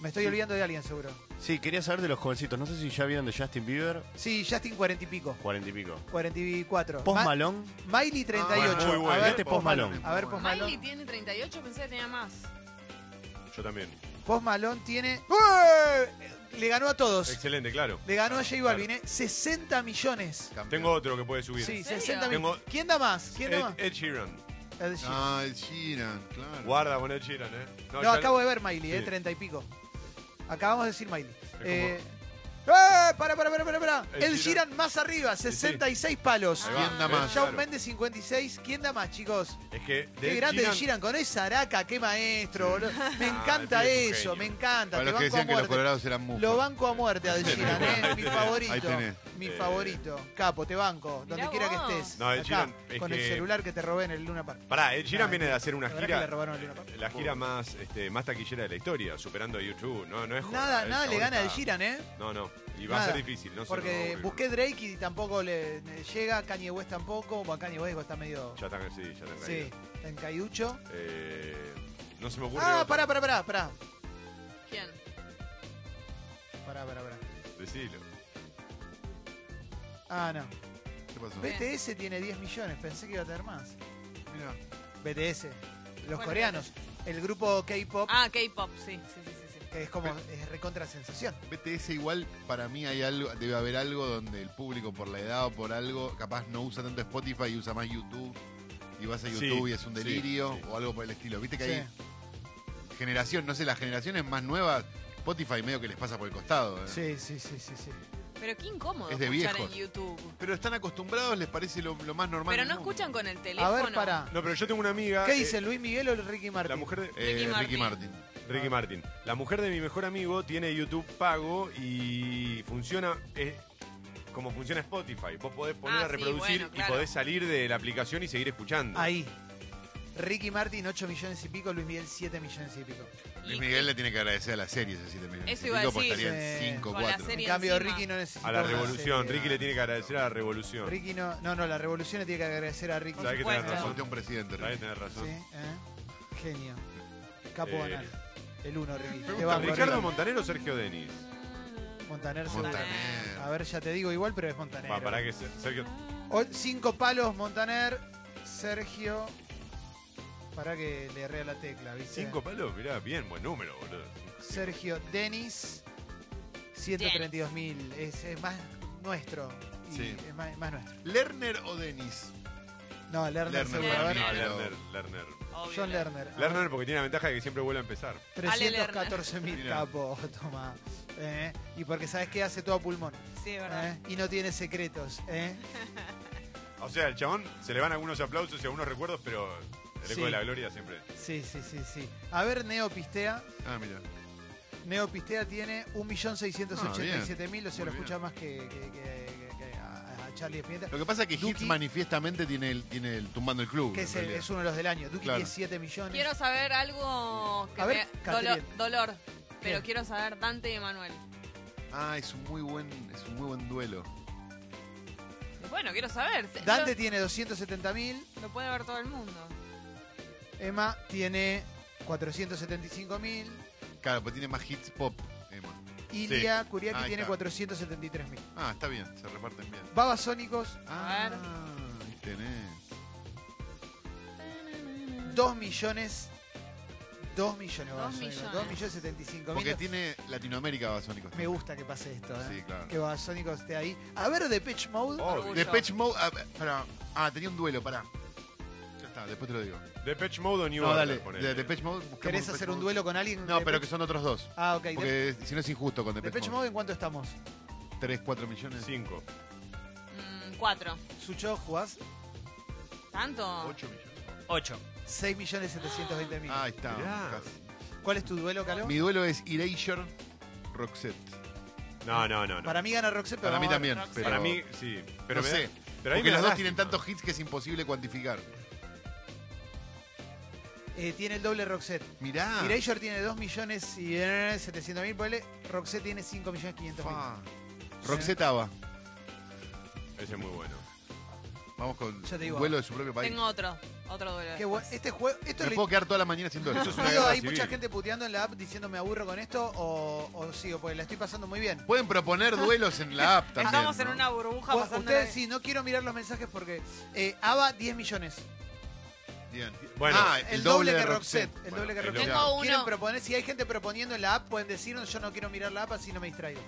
Speaker 4: Me estoy olvidando de alguien, seguro.
Speaker 5: Sí, quería saber de los jovencitos. No sé si ya vieron de Justin Bieber,
Speaker 4: Sí, Justin 40 y pico.
Speaker 5: cuarenta y pico.
Speaker 4: 44.
Speaker 5: Post
Speaker 3: Ah.
Speaker 4: Ma-
Speaker 5: Malone,
Speaker 4: Miley 38.
Speaker 1: Ah, muy bueno.
Speaker 4: A ver,
Speaker 5: Este Post Malone.
Speaker 4: A ver, Post
Speaker 2: Miley
Speaker 4: Malone.
Speaker 2: tiene 38, pensé que tenía más.
Speaker 1: Yo también.
Speaker 4: Post Malone tiene... ¡Ué! Le ganó a todos.
Speaker 1: Excelente, claro.
Speaker 4: Le ganó a J
Speaker 1: Claro,
Speaker 4: Balvin, ¿eh? 60 millones.
Speaker 3: Campeón.
Speaker 1: Tengo otro que puede subir.
Speaker 4: Sí,
Speaker 2: serio?
Speaker 4: 60 millones.
Speaker 1: Tengo- Eh,
Speaker 4: ¿Quién da más? ¿Quién da
Speaker 1: Ed,
Speaker 4: más?
Speaker 1: Ed Sheeran.
Speaker 4: Ed Sheeran.
Speaker 3: Ah, el Sheeran, claro.
Speaker 1: Guarda con Ed Sheeran, ¿eh?
Speaker 4: no,
Speaker 1: ya-
Speaker 4: acabo de ver Miley, eh,
Speaker 1: Sí.
Speaker 4: 30 y pico. Acabamos de decir Miley.
Speaker 1: como-
Speaker 4: Eh, ¡Eh! ¡Para, para, para, para! para!
Speaker 1: El
Speaker 4: Ed
Speaker 1: Sheeran-
Speaker 4: Sheeran más arriba, 66 palos.
Speaker 1: Ahí va,
Speaker 3: ¿Quién da
Speaker 1: ¿ves?
Speaker 3: más?
Speaker 4: Shawn
Speaker 1: Claro.
Speaker 4: Mendes 56. ¿Quién da más, chicos?
Speaker 1: Es que de
Speaker 4: Qué
Speaker 1: Ed
Speaker 4: grande
Speaker 1: Sheeran-
Speaker 4: Ed Sheeran con esa araca, qué maestro, boludo.
Speaker 1: [laughs]
Speaker 4: Me
Speaker 1: Ah,
Speaker 4: encanta
Speaker 1: el pibe es un
Speaker 4: eso,
Speaker 1: genio.
Speaker 4: me encanta.
Speaker 3: Para
Speaker 4: te
Speaker 3: los
Speaker 4: banco a
Speaker 3: que decían que los
Speaker 4: muerte.
Speaker 3: colorados eran mufas.
Speaker 4: Lo banco a muerte a Ed Sheeran,
Speaker 1: tenés,
Speaker 4: ¿eh?
Speaker 1: ahí
Speaker 4: mi
Speaker 1: tenés,
Speaker 4: favorito.
Speaker 3: ahí tenés.
Speaker 4: Mi
Speaker 1: Eh.
Speaker 4: favorito. Capo, te banco, donde
Speaker 2: Mirá
Speaker 4: quiera que
Speaker 2: vos.
Speaker 4: estés.
Speaker 1: No, Ed Sheeran, es
Speaker 4: con
Speaker 1: que-
Speaker 4: el celular que te robé en el Luna Park.
Speaker 1: Pará, Ed Sheeran
Speaker 4: Ah,
Speaker 1: viene de hacer una
Speaker 4: la verdad que le
Speaker 1: gira.
Speaker 4: robaron el Luna Park.
Speaker 1: La gira más, este, más taquillera de la historia, superando a YouTube. No, no es joda,
Speaker 4: Nada,
Speaker 1: el
Speaker 4: nada le
Speaker 1: chabón
Speaker 4: gana a Ed
Speaker 1: está-
Speaker 4: Sheeran, ¿eh?
Speaker 1: No, no. Y va a
Speaker 4: Nada.
Speaker 1: ser difícil, no sé,
Speaker 4: Porque
Speaker 1: no, no,
Speaker 4: busqué Drake y tampoco le, le llega, Kanye West tampoco, bueno, Kanye West está medio...
Speaker 1: Ya están, sí, ya están
Speaker 4: sí,
Speaker 1: caídos.
Speaker 4: está en caiducho.
Speaker 1: Eh, no se me ocurre.
Speaker 4: Ah,
Speaker 1: otra.
Speaker 4: pará, pará, pará, pará.
Speaker 2: ¿Quién?
Speaker 4: Pará, pará, pará.
Speaker 1: Decilo.
Speaker 4: Ah, no.
Speaker 3: ¿Qué pasó?
Speaker 2: Bien.
Speaker 4: BTS tiene 10 millones, pensé que iba a tener más.
Speaker 3: Mirá.
Speaker 4: BTS, los
Speaker 2: Bueno,
Speaker 4: coreanos. El grupo K-pop,
Speaker 2: Ah, K-pop, sí, sí, sí, sí, sí.
Speaker 4: que es como es recontra sensación.
Speaker 3: BTS igual para mí hay algo, debe haber algo donde el público por la edad o por algo, capaz no usa tanto Spotify y usa más YouTube. Y vas a
Speaker 1: Sí,
Speaker 3: YouTube y es un
Speaker 1: sí,
Speaker 3: delirio
Speaker 1: sí.
Speaker 3: o algo por el estilo. Viste que
Speaker 4: Sí.
Speaker 3: hay generación, no sé, las generaciones más nuevas, Spotify medio que les pasa por el costado. ¿eh?
Speaker 4: Sí, sí, sí, sí, sí.
Speaker 2: Pero qué incómodo
Speaker 3: Es de
Speaker 2: escuchar
Speaker 3: viejos.
Speaker 2: en YouTube.
Speaker 3: Pero están acostumbrados, les parece lo, lo más normal.
Speaker 2: Pero
Speaker 3: del
Speaker 2: no
Speaker 3: mundo.
Speaker 2: escuchan con el
Speaker 4: A
Speaker 2: teléfono.
Speaker 4: ver, pará.
Speaker 1: No, pero yo tengo una amiga.
Speaker 4: ¿Qué
Speaker 1: eh,
Speaker 4: dice Luis Miguel o Ricky
Speaker 1: La
Speaker 4: Martin?
Speaker 1: mujer de.
Speaker 3: Eh,
Speaker 2: Ricky
Speaker 3: Ricky
Speaker 2: Martin.
Speaker 3: Martin.
Speaker 1: Ricky Martin. La mujer de mi mejor amigo tiene YouTube pago y funciona eh, como funciona Spotify. Vos podés poner a
Speaker 2: Ah, sí,
Speaker 1: reproducir
Speaker 2: bueno,
Speaker 1: y
Speaker 2: claro.
Speaker 1: podés salir de la aplicación y seguir escuchando.
Speaker 4: Ahí. Ricky Martin 8 millones y pico, Luis Miguel 7 millones y pico.
Speaker 2: Y-
Speaker 3: Luis Miguel le tiene que agradecer a la serie ese 7 millones.
Speaker 2: Eso
Speaker 3: y
Speaker 2: iba a
Speaker 3: pico, porque
Speaker 2: decir.
Speaker 3: estaría
Speaker 4: Sí.
Speaker 3: en 5
Speaker 2: Con la serie
Speaker 4: En cambio,
Speaker 2: encima.
Speaker 4: Ricky no necesita.
Speaker 1: A la
Speaker 4: una
Speaker 1: revolución.
Speaker 4: serie.
Speaker 1: Ricky le tiene que agradecer a la revolución.
Speaker 4: Ricky no, no, no, la revolución le tiene que agradecer a Ricky.
Speaker 1: Sabés que
Speaker 2: Por
Speaker 1: tenés
Speaker 2: supuesto.
Speaker 1: razón.
Speaker 3: Solté un presidente.
Speaker 1: Sabés que
Speaker 3: Ricky.
Speaker 1: tenés razón.
Speaker 4: Sí, ¿eh? Genio. Capo
Speaker 1: Eh,
Speaker 4: banal. El uno, Ricky.
Speaker 1: Me
Speaker 4: Te
Speaker 1: gusta
Speaker 4: banco,
Speaker 1: Ricardo
Speaker 4: Ricky.
Speaker 1: Montanero o Sergio Denis.
Speaker 4: Montaner.
Speaker 2: Montaner.
Speaker 4: A ver, ya te digo igual, pero es Montaner.
Speaker 1: Va, para que se- Sergio.
Speaker 4: O- cinco palos, Montaner, Sergio. Para que le erré a la tecla, ¿viste?
Speaker 1: Cinco palos, mirá, bien, buen número, boludo.
Speaker 4: Sergio, Denis, 132 mil. Es, es más nuestro. y
Speaker 3: Sí.
Speaker 4: Es más, más nuestro.
Speaker 3: ¿Lerner o Denis?
Speaker 4: No, Lerner,
Speaker 3: Lerner,
Speaker 4: seguro. A ver,
Speaker 1: No,
Speaker 3: Lerner.
Speaker 1: Ah, Lerner, Lerner.
Speaker 2: Obvio,
Speaker 4: John Lerner. Ah, A ver,
Speaker 1: Lerner porque tiene la ventaja de que siempre vuelve a empezar.
Speaker 4: 314 mil
Speaker 3: Mira.
Speaker 4: capo, toma. Eh, Y porque sabes que hace todo a pulmón.
Speaker 2: Sí, es verdad.
Speaker 4: eh, Y no tiene secretos. eh.
Speaker 1: O sea, el chabón se le van algunos aplausos y algunos recuerdos, pero el eco
Speaker 4: Sí.
Speaker 1: de la gloria siempre.
Speaker 4: Sí, sí, sí, sí. A ver, Neo Pistea.
Speaker 3: Ah, mira.
Speaker 4: Neo Pistea tiene 1.687.000, o sea,
Speaker 3: Muy
Speaker 4: lo
Speaker 3: Ah, bien.
Speaker 4: escucha más que, que- que- que- que a, a Charlie Espineta,
Speaker 3: Lo que pasa es que Hits
Speaker 4: Duki.
Speaker 3: manifiestamente tiene el, tiene el tumbando el club.
Speaker 4: que
Speaker 3: en
Speaker 4: es, el-
Speaker 3: realidad.
Speaker 4: es uno de los del año. Duki
Speaker 3: Claro.
Speaker 4: 17 millones.
Speaker 2: Quiero saber algo que
Speaker 4: A ver,
Speaker 2: me-
Speaker 4: Catherine.
Speaker 2: dolo- dolor, pero
Speaker 4: ¿Qué?
Speaker 2: quiero saber Dante y Emanuel.
Speaker 3: Ah, es un muy buen, es un muy buen duelo.
Speaker 2: Bueno, quiero saber. Se-
Speaker 4: Dante tiene 270.000,
Speaker 2: Lo, lo puede ver todo el mundo.
Speaker 4: Emma tiene 475.000,
Speaker 3: Claro, pues tiene más hits pop, Emma.
Speaker 4: Ilia Kuriaki
Speaker 3: Ahí
Speaker 4: tiene
Speaker 3: está.
Speaker 4: 473.000.
Speaker 3: Ah, está bien, se reparten bien.
Speaker 4: Babasónicos,
Speaker 2: A ver.
Speaker 3: Ah, ahí tenés.
Speaker 4: 2 millones. 2 millones,
Speaker 2: Dos
Speaker 4: Babasónicos.
Speaker 2: millones.
Speaker 4: 2 millones 75
Speaker 3: Porque tiene Latinoamérica Basónicos.
Speaker 4: Me gusta que pase esto, ¿eh?
Speaker 3: Sí, Oh, claro.
Speaker 4: Que Babasónicos esté ahí. A ver, de Pitch Mode.
Speaker 1: Obvio.
Speaker 3: De Patch Mode. Ah, pará. Ah, tenía un duelo, pará. Ya está, después te lo digo.
Speaker 1: Depeche Mode o New
Speaker 3: No,
Speaker 1: Order,
Speaker 3: dale.
Speaker 1: ponele.
Speaker 3: De Patch Mode. busquemos
Speaker 4: ¿Querés
Speaker 3: Depeche
Speaker 4: hacer un
Speaker 3: Mode.
Speaker 4: duelo con alguien?
Speaker 3: No,
Speaker 4: de
Speaker 3: pero que
Speaker 4: Pitch-
Speaker 3: son otros dos.
Speaker 4: Ah, ok. De
Speaker 3: Porque si no es injusto con Depeche
Speaker 4: Depeche
Speaker 3: Mode.
Speaker 4: Mode, ¿en cuánto estamos?
Speaker 3: 3, 4 millones.
Speaker 1: Cinco.
Speaker 2: Mm, cuatro.
Speaker 4: Sucho, jugás
Speaker 2: ¿Tanto?
Speaker 3: 8 millones.
Speaker 6: 8.
Speaker 4: 6 millones 720 mil.
Speaker 3: Ah, ahí está.
Speaker 1: Mirá.
Speaker 3: casi.
Speaker 4: ¿Cuál es tu duelo, Caló?
Speaker 3: Mi duelo es Erasure Roxette.
Speaker 1: No, no, no. no.
Speaker 4: Para mí gana Roxette, pero
Speaker 3: Para mí
Speaker 4: vamos a ver.
Speaker 3: también. Pero
Speaker 1: Para mí, sí. Pero
Speaker 3: no
Speaker 1: me da-
Speaker 3: sé.
Speaker 1: pero ahí me da
Speaker 3: porque las dos
Speaker 1: lástima.
Speaker 3: tienen tantos hits que es imposible cuantificar.
Speaker 4: Eh, tiene el doble Roxette.
Speaker 3: Mirá.
Speaker 4: Erasure tiene 2 millones y eh, 700 mil, ponele. Roxette tiene 5 millones 500 mil.
Speaker 3: Fa. Roxette Ava.
Speaker 1: Ese es muy bueno.
Speaker 3: Vamos con
Speaker 4: Ya te
Speaker 3: un
Speaker 4: digo.
Speaker 3: vuelo de su propio país.
Speaker 2: Tengo otro. Otro duelo.
Speaker 4: Qué bueno. Este juego, esto
Speaker 3: Me
Speaker 4: le-
Speaker 3: puedo quedar toda la mañana haciendo
Speaker 1: Eso es una
Speaker 4: digo,
Speaker 1: guerra
Speaker 4: hay
Speaker 1: civil.
Speaker 4: mucha gente puteando en la app diciendo me aburro con esto o, o sigo, porque la estoy pasando muy bien.
Speaker 3: Pueden proponer duelos en la app también.
Speaker 2: Estamos en
Speaker 3: ¿no?
Speaker 2: una burbuja
Speaker 4: Bueno,
Speaker 2: pasando.
Speaker 4: Ustedes sí, no quiero mirar los mensajes porque eh, Ava 10 millones.
Speaker 3: Bien.
Speaker 1: Bueno,
Speaker 3: Ah,
Speaker 4: el doble que Roxette. El
Speaker 3: Bueno,
Speaker 4: doble que
Speaker 1: el
Speaker 4: Roxette.
Speaker 1: doble.
Speaker 2: Tengo
Speaker 4: ¿Quieren
Speaker 2: uno.
Speaker 4: proponer? Si hay gente proponiendo en la app, pueden decirnos, yo no quiero mirar la app, así no me distraigo.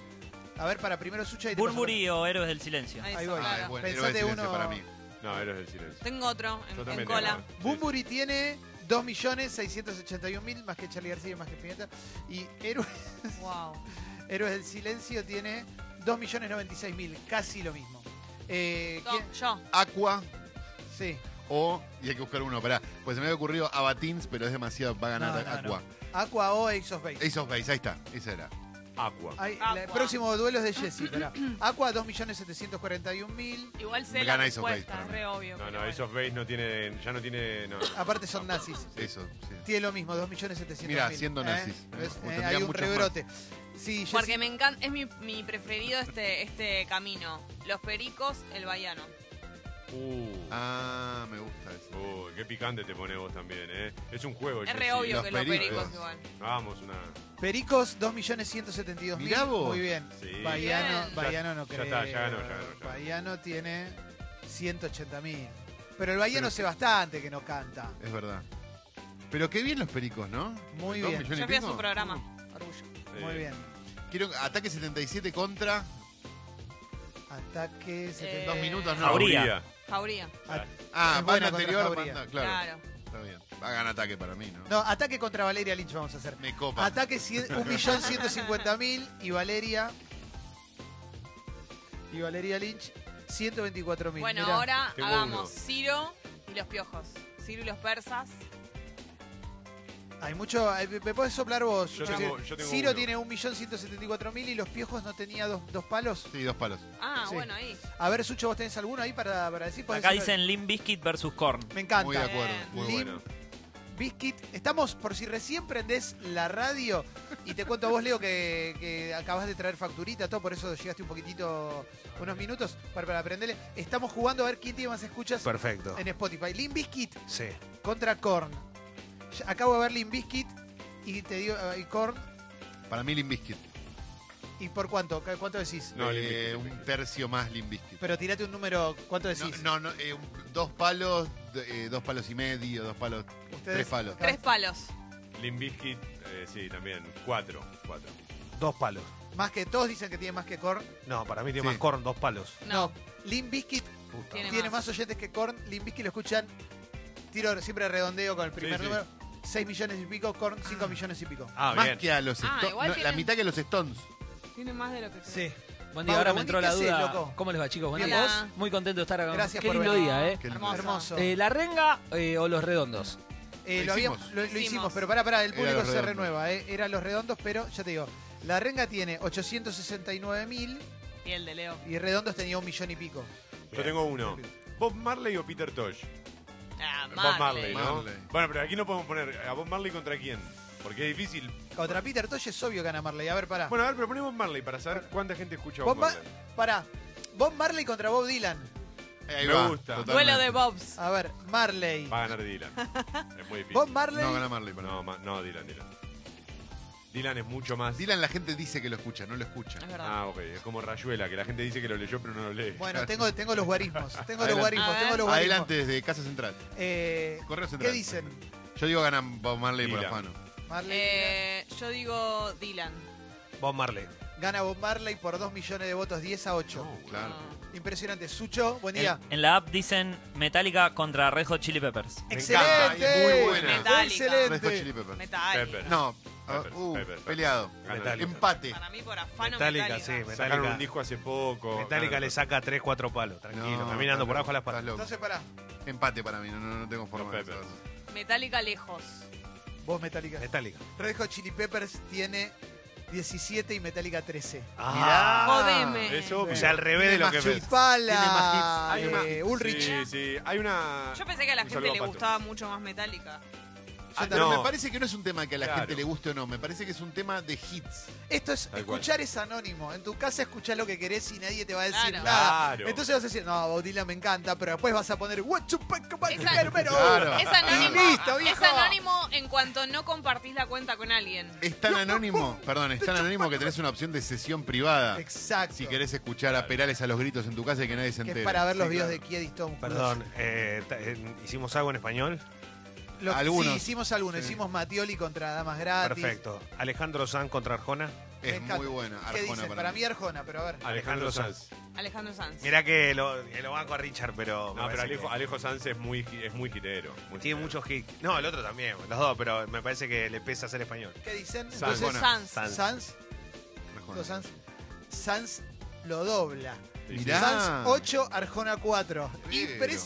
Speaker 4: A ver, para primero Sucha y te
Speaker 6: Burburi o Héroes del Silencio.
Speaker 2: Ahí
Speaker 4: ahí
Speaker 2: está,
Speaker 4: voy.
Speaker 3: Ah,
Speaker 2: claro.
Speaker 3: es bueno, héroe
Speaker 4: Pensate
Speaker 3: de silencio
Speaker 4: uno-
Speaker 3: para mí.
Speaker 1: No, Héroes del Silencio.
Speaker 2: Tengo otro
Speaker 1: Yo
Speaker 2: en, en
Speaker 1: también
Speaker 2: cola.
Speaker 1: tengo.
Speaker 4: paso. Bunbury tiene 2.681.000, más que Charlie García y más que Spinetta. Y [laughs] Héroes,
Speaker 2: Wow.
Speaker 4: Héroes del Silencio tiene 2.096.000, casi lo mismo. Eh,
Speaker 2: No,
Speaker 4: ¿quién-
Speaker 2: yo.
Speaker 3: Aqua
Speaker 4: Sí.
Speaker 3: o. Y hay que buscar uno, pará. Pues se me había ocurrido Abatins, pero es demasiado. Va a
Speaker 4: No,
Speaker 3: ganar
Speaker 4: no, no.
Speaker 3: Aqua.
Speaker 4: Aqua o Ace of Base.
Speaker 3: Ace of Base, ahí está. Esa era.
Speaker 1: Aqua.
Speaker 4: Ahí,
Speaker 2: Aqua.
Speaker 4: la- próximo duelo es de Jesse, pará. [clears throat] Aqua 2.741.000.
Speaker 2: Igual sé la
Speaker 3: Gana Ace of Base
Speaker 2: respuesta,
Speaker 3: para
Speaker 2: es
Speaker 3: mí.
Speaker 2: re obvio.
Speaker 1: No,
Speaker 2: pero
Speaker 1: no,
Speaker 2: bueno.
Speaker 1: esos Base no tiene. Ya no tiene. No.
Speaker 4: Aparte son nazis.
Speaker 3: Eso, sí.
Speaker 4: Tiene lo mismo, 2.700.000.
Speaker 3: Mirá, siendo nazis.
Speaker 4: ¿Ves?
Speaker 3: Como
Speaker 4: Eh,
Speaker 3: tendrían
Speaker 4: hay un
Speaker 3: muchos
Speaker 4: rebrote. Sí,
Speaker 2: Porque
Speaker 4: Jessy-
Speaker 2: me encanta, es mi, mi preferido este, este camino. Los pericos, el bayano.
Speaker 1: Uh.
Speaker 3: Ah, me gusta eso.
Speaker 1: Uy, qué picante te pone vos también, ¿eh? Es un juego.
Speaker 2: Es
Speaker 1: Jessy.
Speaker 2: re obvio
Speaker 3: los
Speaker 2: que los pericos,
Speaker 3: pericos.
Speaker 2: igual.
Speaker 1: Vamos, una...
Speaker 4: Pericos, 2.172.000.
Speaker 3: Mirá vos.
Speaker 4: Muy bien.
Speaker 1: Sí.
Speaker 4: Bayano,
Speaker 2: Bien.
Speaker 4: Bayano no
Speaker 1: Ya-
Speaker 4: creo.
Speaker 1: ya está, ya ganó, ya ganó, ya ganó.
Speaker 4: Bayano tiene 180.000. Pero el Bayano
Speaker 3: Pero-
Speaker 4: hace bastante que no canta.
Speaker 3: Es verdad. Pero qué bien los pericos, ¿no?
Speaker 4: Muy
Speaker 3: ¿Dos
Speaker 4: bien.
Speaker 3: millones y
Speaker 2: Yo fui a
Speaker 3: pico?
Speaker 2: su programa, orgullo.
Speaker 4: Muy
Speaker 1: Eh,
Speaker 4: bien.
Speaker 3: Quiero ataque 77 contra.
Speaker 4: Ataque
Speaker 2: Eh,
Speaker 4: 72.
Speaker 3: Dos minutos, no.
Speaker 5: Jauría.
Speaker 2: Jauría,
Speaker 4: Ah,
Speaker 3: Ah,
Speaker 4: Es buena
Speaker 3: banda
Speaker 4: contra
Speaker 3: anterior,
Speaker 4: Jauría.
Speaker 3: banda. Claro,
Speaker 2: claro.
Speaker 3: está bien. Va a ganar ataque para mí, ¿no?
Speaker 4: No, ataque contra Valeria Lynch vamos a hacer.
Speaker 3: Me copa.
Speaker 4: Ataque cien- 1.150.000 y Valeria. Y Valeria Lynch, 124.000.
Speaker 2: Bueno,
Speaker 4: Mirá.
Speaker 2: ahora
Speaker 1: tengo
Speaker 2: hagamos
Speaker 1: uno.
Speaker 2: Ciro y los piojos. Ciro y los persas.
Speaker 4: Hay mucho. hay- ¿Me puedes soplar vos?
Speaker 1: Yo
Speaker 4: Es
Speaker 1: tengo-
Speaker 4: decir,
Speaker 1: yo tengo
Speaker 4: Ciro
Speaker 1: uno.
Speaker 4: tiene 1.174.000 y los piojos no tenía dos, dos palos.
Speaker 3: Sí, dos palos.
Speaker 2: Ah,
Speaker 4: Sí.
Speaker 2: bueno, ahí.
Speaker 4: A ver, Sucho, ¿vos tenés alguno ahí para, para decir? Podés
Speaker 6: Acá
Speaker 4: decirlo.
Speaker 6: dicen Limp Bizkit versus Korn.
Speaker 4: Me
Speaker 3: Muy de
Speaker 4: encanta.
Speaker 3: acuerdo.
Speaker 2: Bien.
Speaker 3: Muy
Speaker 4: Lim-
Speaker 3: bueno.
Speaker 4: Biscuit, estamos, por si recién prendés la radio, y te cuento a vos, Leo, que, que acabas de traer facturita, todo, por eso llegaste un poquitito, unos minutos para, para prenderle. Estamos jugando a ver quién tiene más escuchas
Speaker 7: Perfecto.
Speaker 4: en Spotify. Lim Biscuit
Speaker 7: Sí.
Speaker 4: contra Korn. Ya- Acabo de ver Lim Biscuit y te digo, eh, y Korn,
Speaker 3: Para mí, Limbiskit.
Speaker 4: ¿y por cuánto? ¿Cu- ¿Cuánto decís?
Speaker 1: No, Limp
Speaker 3: eh,
Speaker 1: Bizkit, Limp
Speaker 3: un
Speaker 1: Bizkit.
Speaker 3: tercio más Limbiskit.
Speaker 4: Pero tirate un número, ¿cuánto
Speaker 3: No,
Speaker 4: decís?
Speaker 3: no, no, eh, un- dos palos, d- eh, dos palos y medio, dos palos.
Speaker 4: Ustedes-
Speaker 3: tres palos.
Speaker 2: Tres palos.
Speaker 1: Limp Bizkit, eh, sí, también. Cuatro, cuatro.
Speaker 7: Dos palos.
Speaker 4: Más que todos dicen que tiene más que Korn.
Speaker 7: No, para mí tiene
Speaker 3: Sí.
Speaker 7: más corn, dos palos.
Speaker 2: No,
Speaker 4: Lim Biscuit
Speaker 7: Puta.
Speaker 2: Tiene
Speaker 4: Tiene
Speaker 2: más.
Speaker 4: más oyentes que Korn. Limbisky lo escuchan. Tiro siempre redondeo con el primer
Speaker 1: Sí, sí.
Speaker 4: número. 6 millones y pico, Korn 5 millones y pico.
Speaker 7: Ah,
Speaker 3: más
Speaker 7: bien.
Speaker 3: que a los
Speaker 2: Ah,
Speaker 3: Stones.
Speaker 2: igual
Speaker 3: no, La
Speaker 2: tienen-
Speaker 3: mitad que a los Stones.
Speaker 2: tiene más de lo que creo.
Speaker 4: Sí.
Speaker 8: Buen día,
Speaker 4: Mauro,
Speaker 8: ahora
Speaker 4: buen
Speaker 8: me entró
Speaker 4: día,
Speaker 8: la
Speaker 4: ¿qué haces,
Speaker 8: duda.
Speaker 4: loco?
Speaker 8: ¿Cómo les va, chicos? Buen
Speaker 2: Bien,
Speaker 8: día.
Speaker 2: vos.
Speaker 8: Muy contento de estar acá.
Speaker 4: Gracias
Speaker 8: Qué
Speaker 4: por
Speaker 8: lindo
Speaker 4: venir.
Speaker 8: día, ¿eh?
Speaker 3: Qué lindo.
Speaker 2: Hermoso.
Speaker 4: Hermoso.
Speaker 8: Eh, ¿La renga eh, o los redondos?
Speaker 4: Eh,
Speaker 3: lo
Speaker 4: lo, habíamos-
Speaker 3: hicimos.
Speaker 4: lo- lo
Speaker 2: Hicimos.
Speaker 4: hicimos, pero pará, pará, el
Speaker 3: Era
Speaker 4: público
Speaker 3: los
Speaker 4: se
Speaker 3: redondos.
Speaker 4: renueva. eh. Era los redondos, pero ya te digo. La renga tiene 869 mil
Speaker 2: Piel de Leo.
Speaker 4: y redondos tenía un millón y pico.
Speaker 1: Yo tengo uno. ¿Bob Marley o Peter Tosh?
Speaker 2: Ah,
Speaker 1: Bob Marley,
Speaker 2: Marley.
Speaker 1: ¿no?
Speaker 3: Marley.
Speaker 1: Bueno, pero aquí no podemos poner a Bob Marley contra quién. Porque es difícil.
Speaker 4: Contra Peter Tosh es obvio gana Marley. A ver, pará.
Speaker 1: Bueno, a ver, pero ponemos Bob Marley para saber cuánta gente escucha a Bob
Speaker 4: Bob Ma-
Speaker 1: Marley.
Speaker 4: Pará. Bob Marley contra Bob Dylan.
Speaker 3: Eh, ahí
Speaker 1: Me
Speaker 3: va,
Speaker 1: gusta.
Speaker 3: totalmente.
Speaker 2: Duelo de Bobs.
Speaker 4: A ver, Marley.
Speaker 1: Va a ganar Dylan. Es muy difícil.
Speaker 4: Bob Marley.
Speaker 3: No, gana Marley, para mí.
Speaker 1: No, ma- no, Dylan, Dylan. Dylan es mucho más.
Speaker 3: Dylan la gente dice que lo escucha, no lo escucha.
Speaker 2: Es verdad.
Speaker 1: Ah, ok. Es como Rayuela, que la gente dice que lo leyó, pero no lo lee.
Speaker 4: Bueno, tengo, tengo los guarismos. Tengo los
Speaker 3: Adelante.
Speaker 4: guarismos,
Speaker 2: A
Speaker 4: tengo
Speaker 2: ver.
Speaker 4: los guarismos.
Speaker 3: Adelante desde Casa Central.
Speaker 4: Eh,
Speaker 3: Correo
Speaker 4: ¿Qué
Speaker 3: Central.
Speaker 4: dicen?
Speaker 3: Yo digo ganan Bob Marley por
Speaker 1: Dylan.
Speaker 3: afano.
Speaker 4: Marley,
Speaker 2: Eh, yo digo Dylan.
Speaker 7: Bob Marley.
Speaker 4: Gana Bob Marley por 2 millones de votos, 10 a 8.
Speaker 3: Oh, Claro.
Speaker 2: No.
Speaker 4: Impresionante. Sucho, buen día.
Speaker 6: En, en la app dicen Metallica contra Red Hot Chili Peppers.
Speaker 1: Me
Speaker 4: ¡Excelente!
Speaker 1: encanta, es muy buena.
Speaker 2: Metálica.
Speaker 3: Red Hot Chili
Speaker 4: ¡Excelente!
Speaker 3: Peppers.
Speaker 2: Metallica.
Speaker 1: Pepper.
Speaker 3: No, ah,
Speaker 1: Peppers,
Speaker 3: uh,
Speaker 1: Peppers, Peppers.
Speaker 3: peleado.
Speaker 1: Ganan
Speaker 7: Metallica.
Speaker 1: Dylan.
Speaker 3: Empate.
Speaker 2: Para mí por afano
Speaker 7: Metallica,
Speaker 2: Metallica.
Speaker 7: sí, Metallica.
Speaker 1: Sacaron un disco hace poco.
Speaker 7: Metallica
Speaker 1: Ganan-
Speaker 7: le saca 3, 4 palos, tranquilo.
Speaker 3: No,
Speaker 7: caminando
Speaker 3: estás
Speaker 7: por abajo de las
Speaker 3: loco, estás
Speaker 7: patas.
Speaker 4: Entonces, pará.
Speaker 3: loco. Empate para mí, no, no, no tengo forma
Speaker 1: No,
Speaker 3: de
Speaker 1: Peppers.
Speaker 3: saberlo.
Speaker 2: Metallica lejos.
Speaker 4: Vos, Metallica.
Speaker 7: Metallica.
Speaker 4: Red Hot Chili Peppers tiene 17 y Metallica 13.
Speaker 2: Jodeme.
Speaker 1: Ah, Es obvio.
Speaker 7: O sea, al revés de
Speaker 3: Tiene
Speaker 7: lo
Speaker 3: más
Speaker 7: que ves.
Speaker 4: ¡Chipala!
Speaker 1: Hay una-
Speaker 4: Eh, Ulrich.
Speaker 1: Sí, sí. Hay una.
Speaker 2: Yo pensé que a la
Speaker 1: Un
Speaker 2: gente
Speaker 1: saludo
Speaker 2: le
Speaker 1: a Pato.
Speaker 2: gustaba mucho más Metallica.
Speaker 3: Yo
Speaker 1: Ah,
Speaker 3: también-
Speaker 1: no.
Speaker 3: Me parece que no es un tema que a la
Speaker 1: Claro.
Speaker 3: gente le guste o no, me parece que es un tema de hits.
Speaker 4: Esto es
Speaker 1: Tal cual.
Speaker 4: escuchar es anónimo. En tu casa escuchás lo que querés y nadie te va a decir
Speaker 2: Claro.
Speaker 4: nada.
Speaker 1: Claro.
Speaker 4: Entonces vas a decir, no, Bautila me encanta, pero después vas a poner What you pack, pack,
Speaker 2: Es,
Speaker 4: pack,
Speaker 2: an-
Speaker 4: pero-
Speaker 3: Claro.
Speaker 2: es anónimo.
Speaker 4: Y Ah.
Speaker 2: es
Speaker 4: listo, viejo.
Speaker 2: anónimo en cuanto no compartís la cuenta con alguien.
Speaker 3: Es tan anónimo, perdón, es tan anónimo que tenés una opción de sesión privada.
Speaker 4: Exacto.
Speaker 3: Si querés escuchar a Perales a los gritos en tu casa y que nadie se
Speaker 4: que
Speaker 3: entere.
Speaker 4: es para ver los
Speaker 3: Sí,
Speaker 4: videos
Speaker 3: claro.
Speaker 4: de Kiedis Tom.
Speaker 7: Perdón, eh, ta- eh, hicimos algo en español.
Speaker 4: Lo-
Speaker 3: Algunos.
Speaker 4: Sí, hicimos algunos.
Speaker 3: Sí.
Speaker 4: Hicimos Matioli contra Damas
Speaker 1: Ah,
Speaker 4: Gratis.
Speaker 7: Perfecto. Alejandro Sanz contra Arjona.
Speaker 4: Me
Speaker 3: Es
Speaker 4: encanta.
Speaker 3: muy buena.
Speaker 4: ¿Qué
Speaker 3: Arjona Ah.
Speaker 4: dicen? Para mí Arjona, pero a ver.
Speaker 1: Alejandro
Speaker 7: Alejandro
Speaker 1: Sanz.
Speaker 2: Alejandro Sanz.
Speaker 7: Mirá que lo, que lo banco a Richard, pero. me
Speaker 1: No, pero
Speaker 7: parece
Speaker 1: Alejo,
Speaker 7: que
Speaker 1: Alejo Sanz es muy, es muy hitero. muy hitero.
Speaker 7: Tiene muchos hits. No, el otro también, los dos, pero me parece que le pesa ser español.
Speaker 4: ¿Qué dicen?
Speaker 1: Sanz.
Speaker 2: Sanz.
Speaker 4: Sanz.
Speaker 3: Arjona.
Speaker 4: Los Sanz. Sanz lo dobla.
Speaker 1: Sí,
Speaker 3: Mirá.
Speaker 4: Sanz 8, Arjona 4.
Speaker 3: Pero.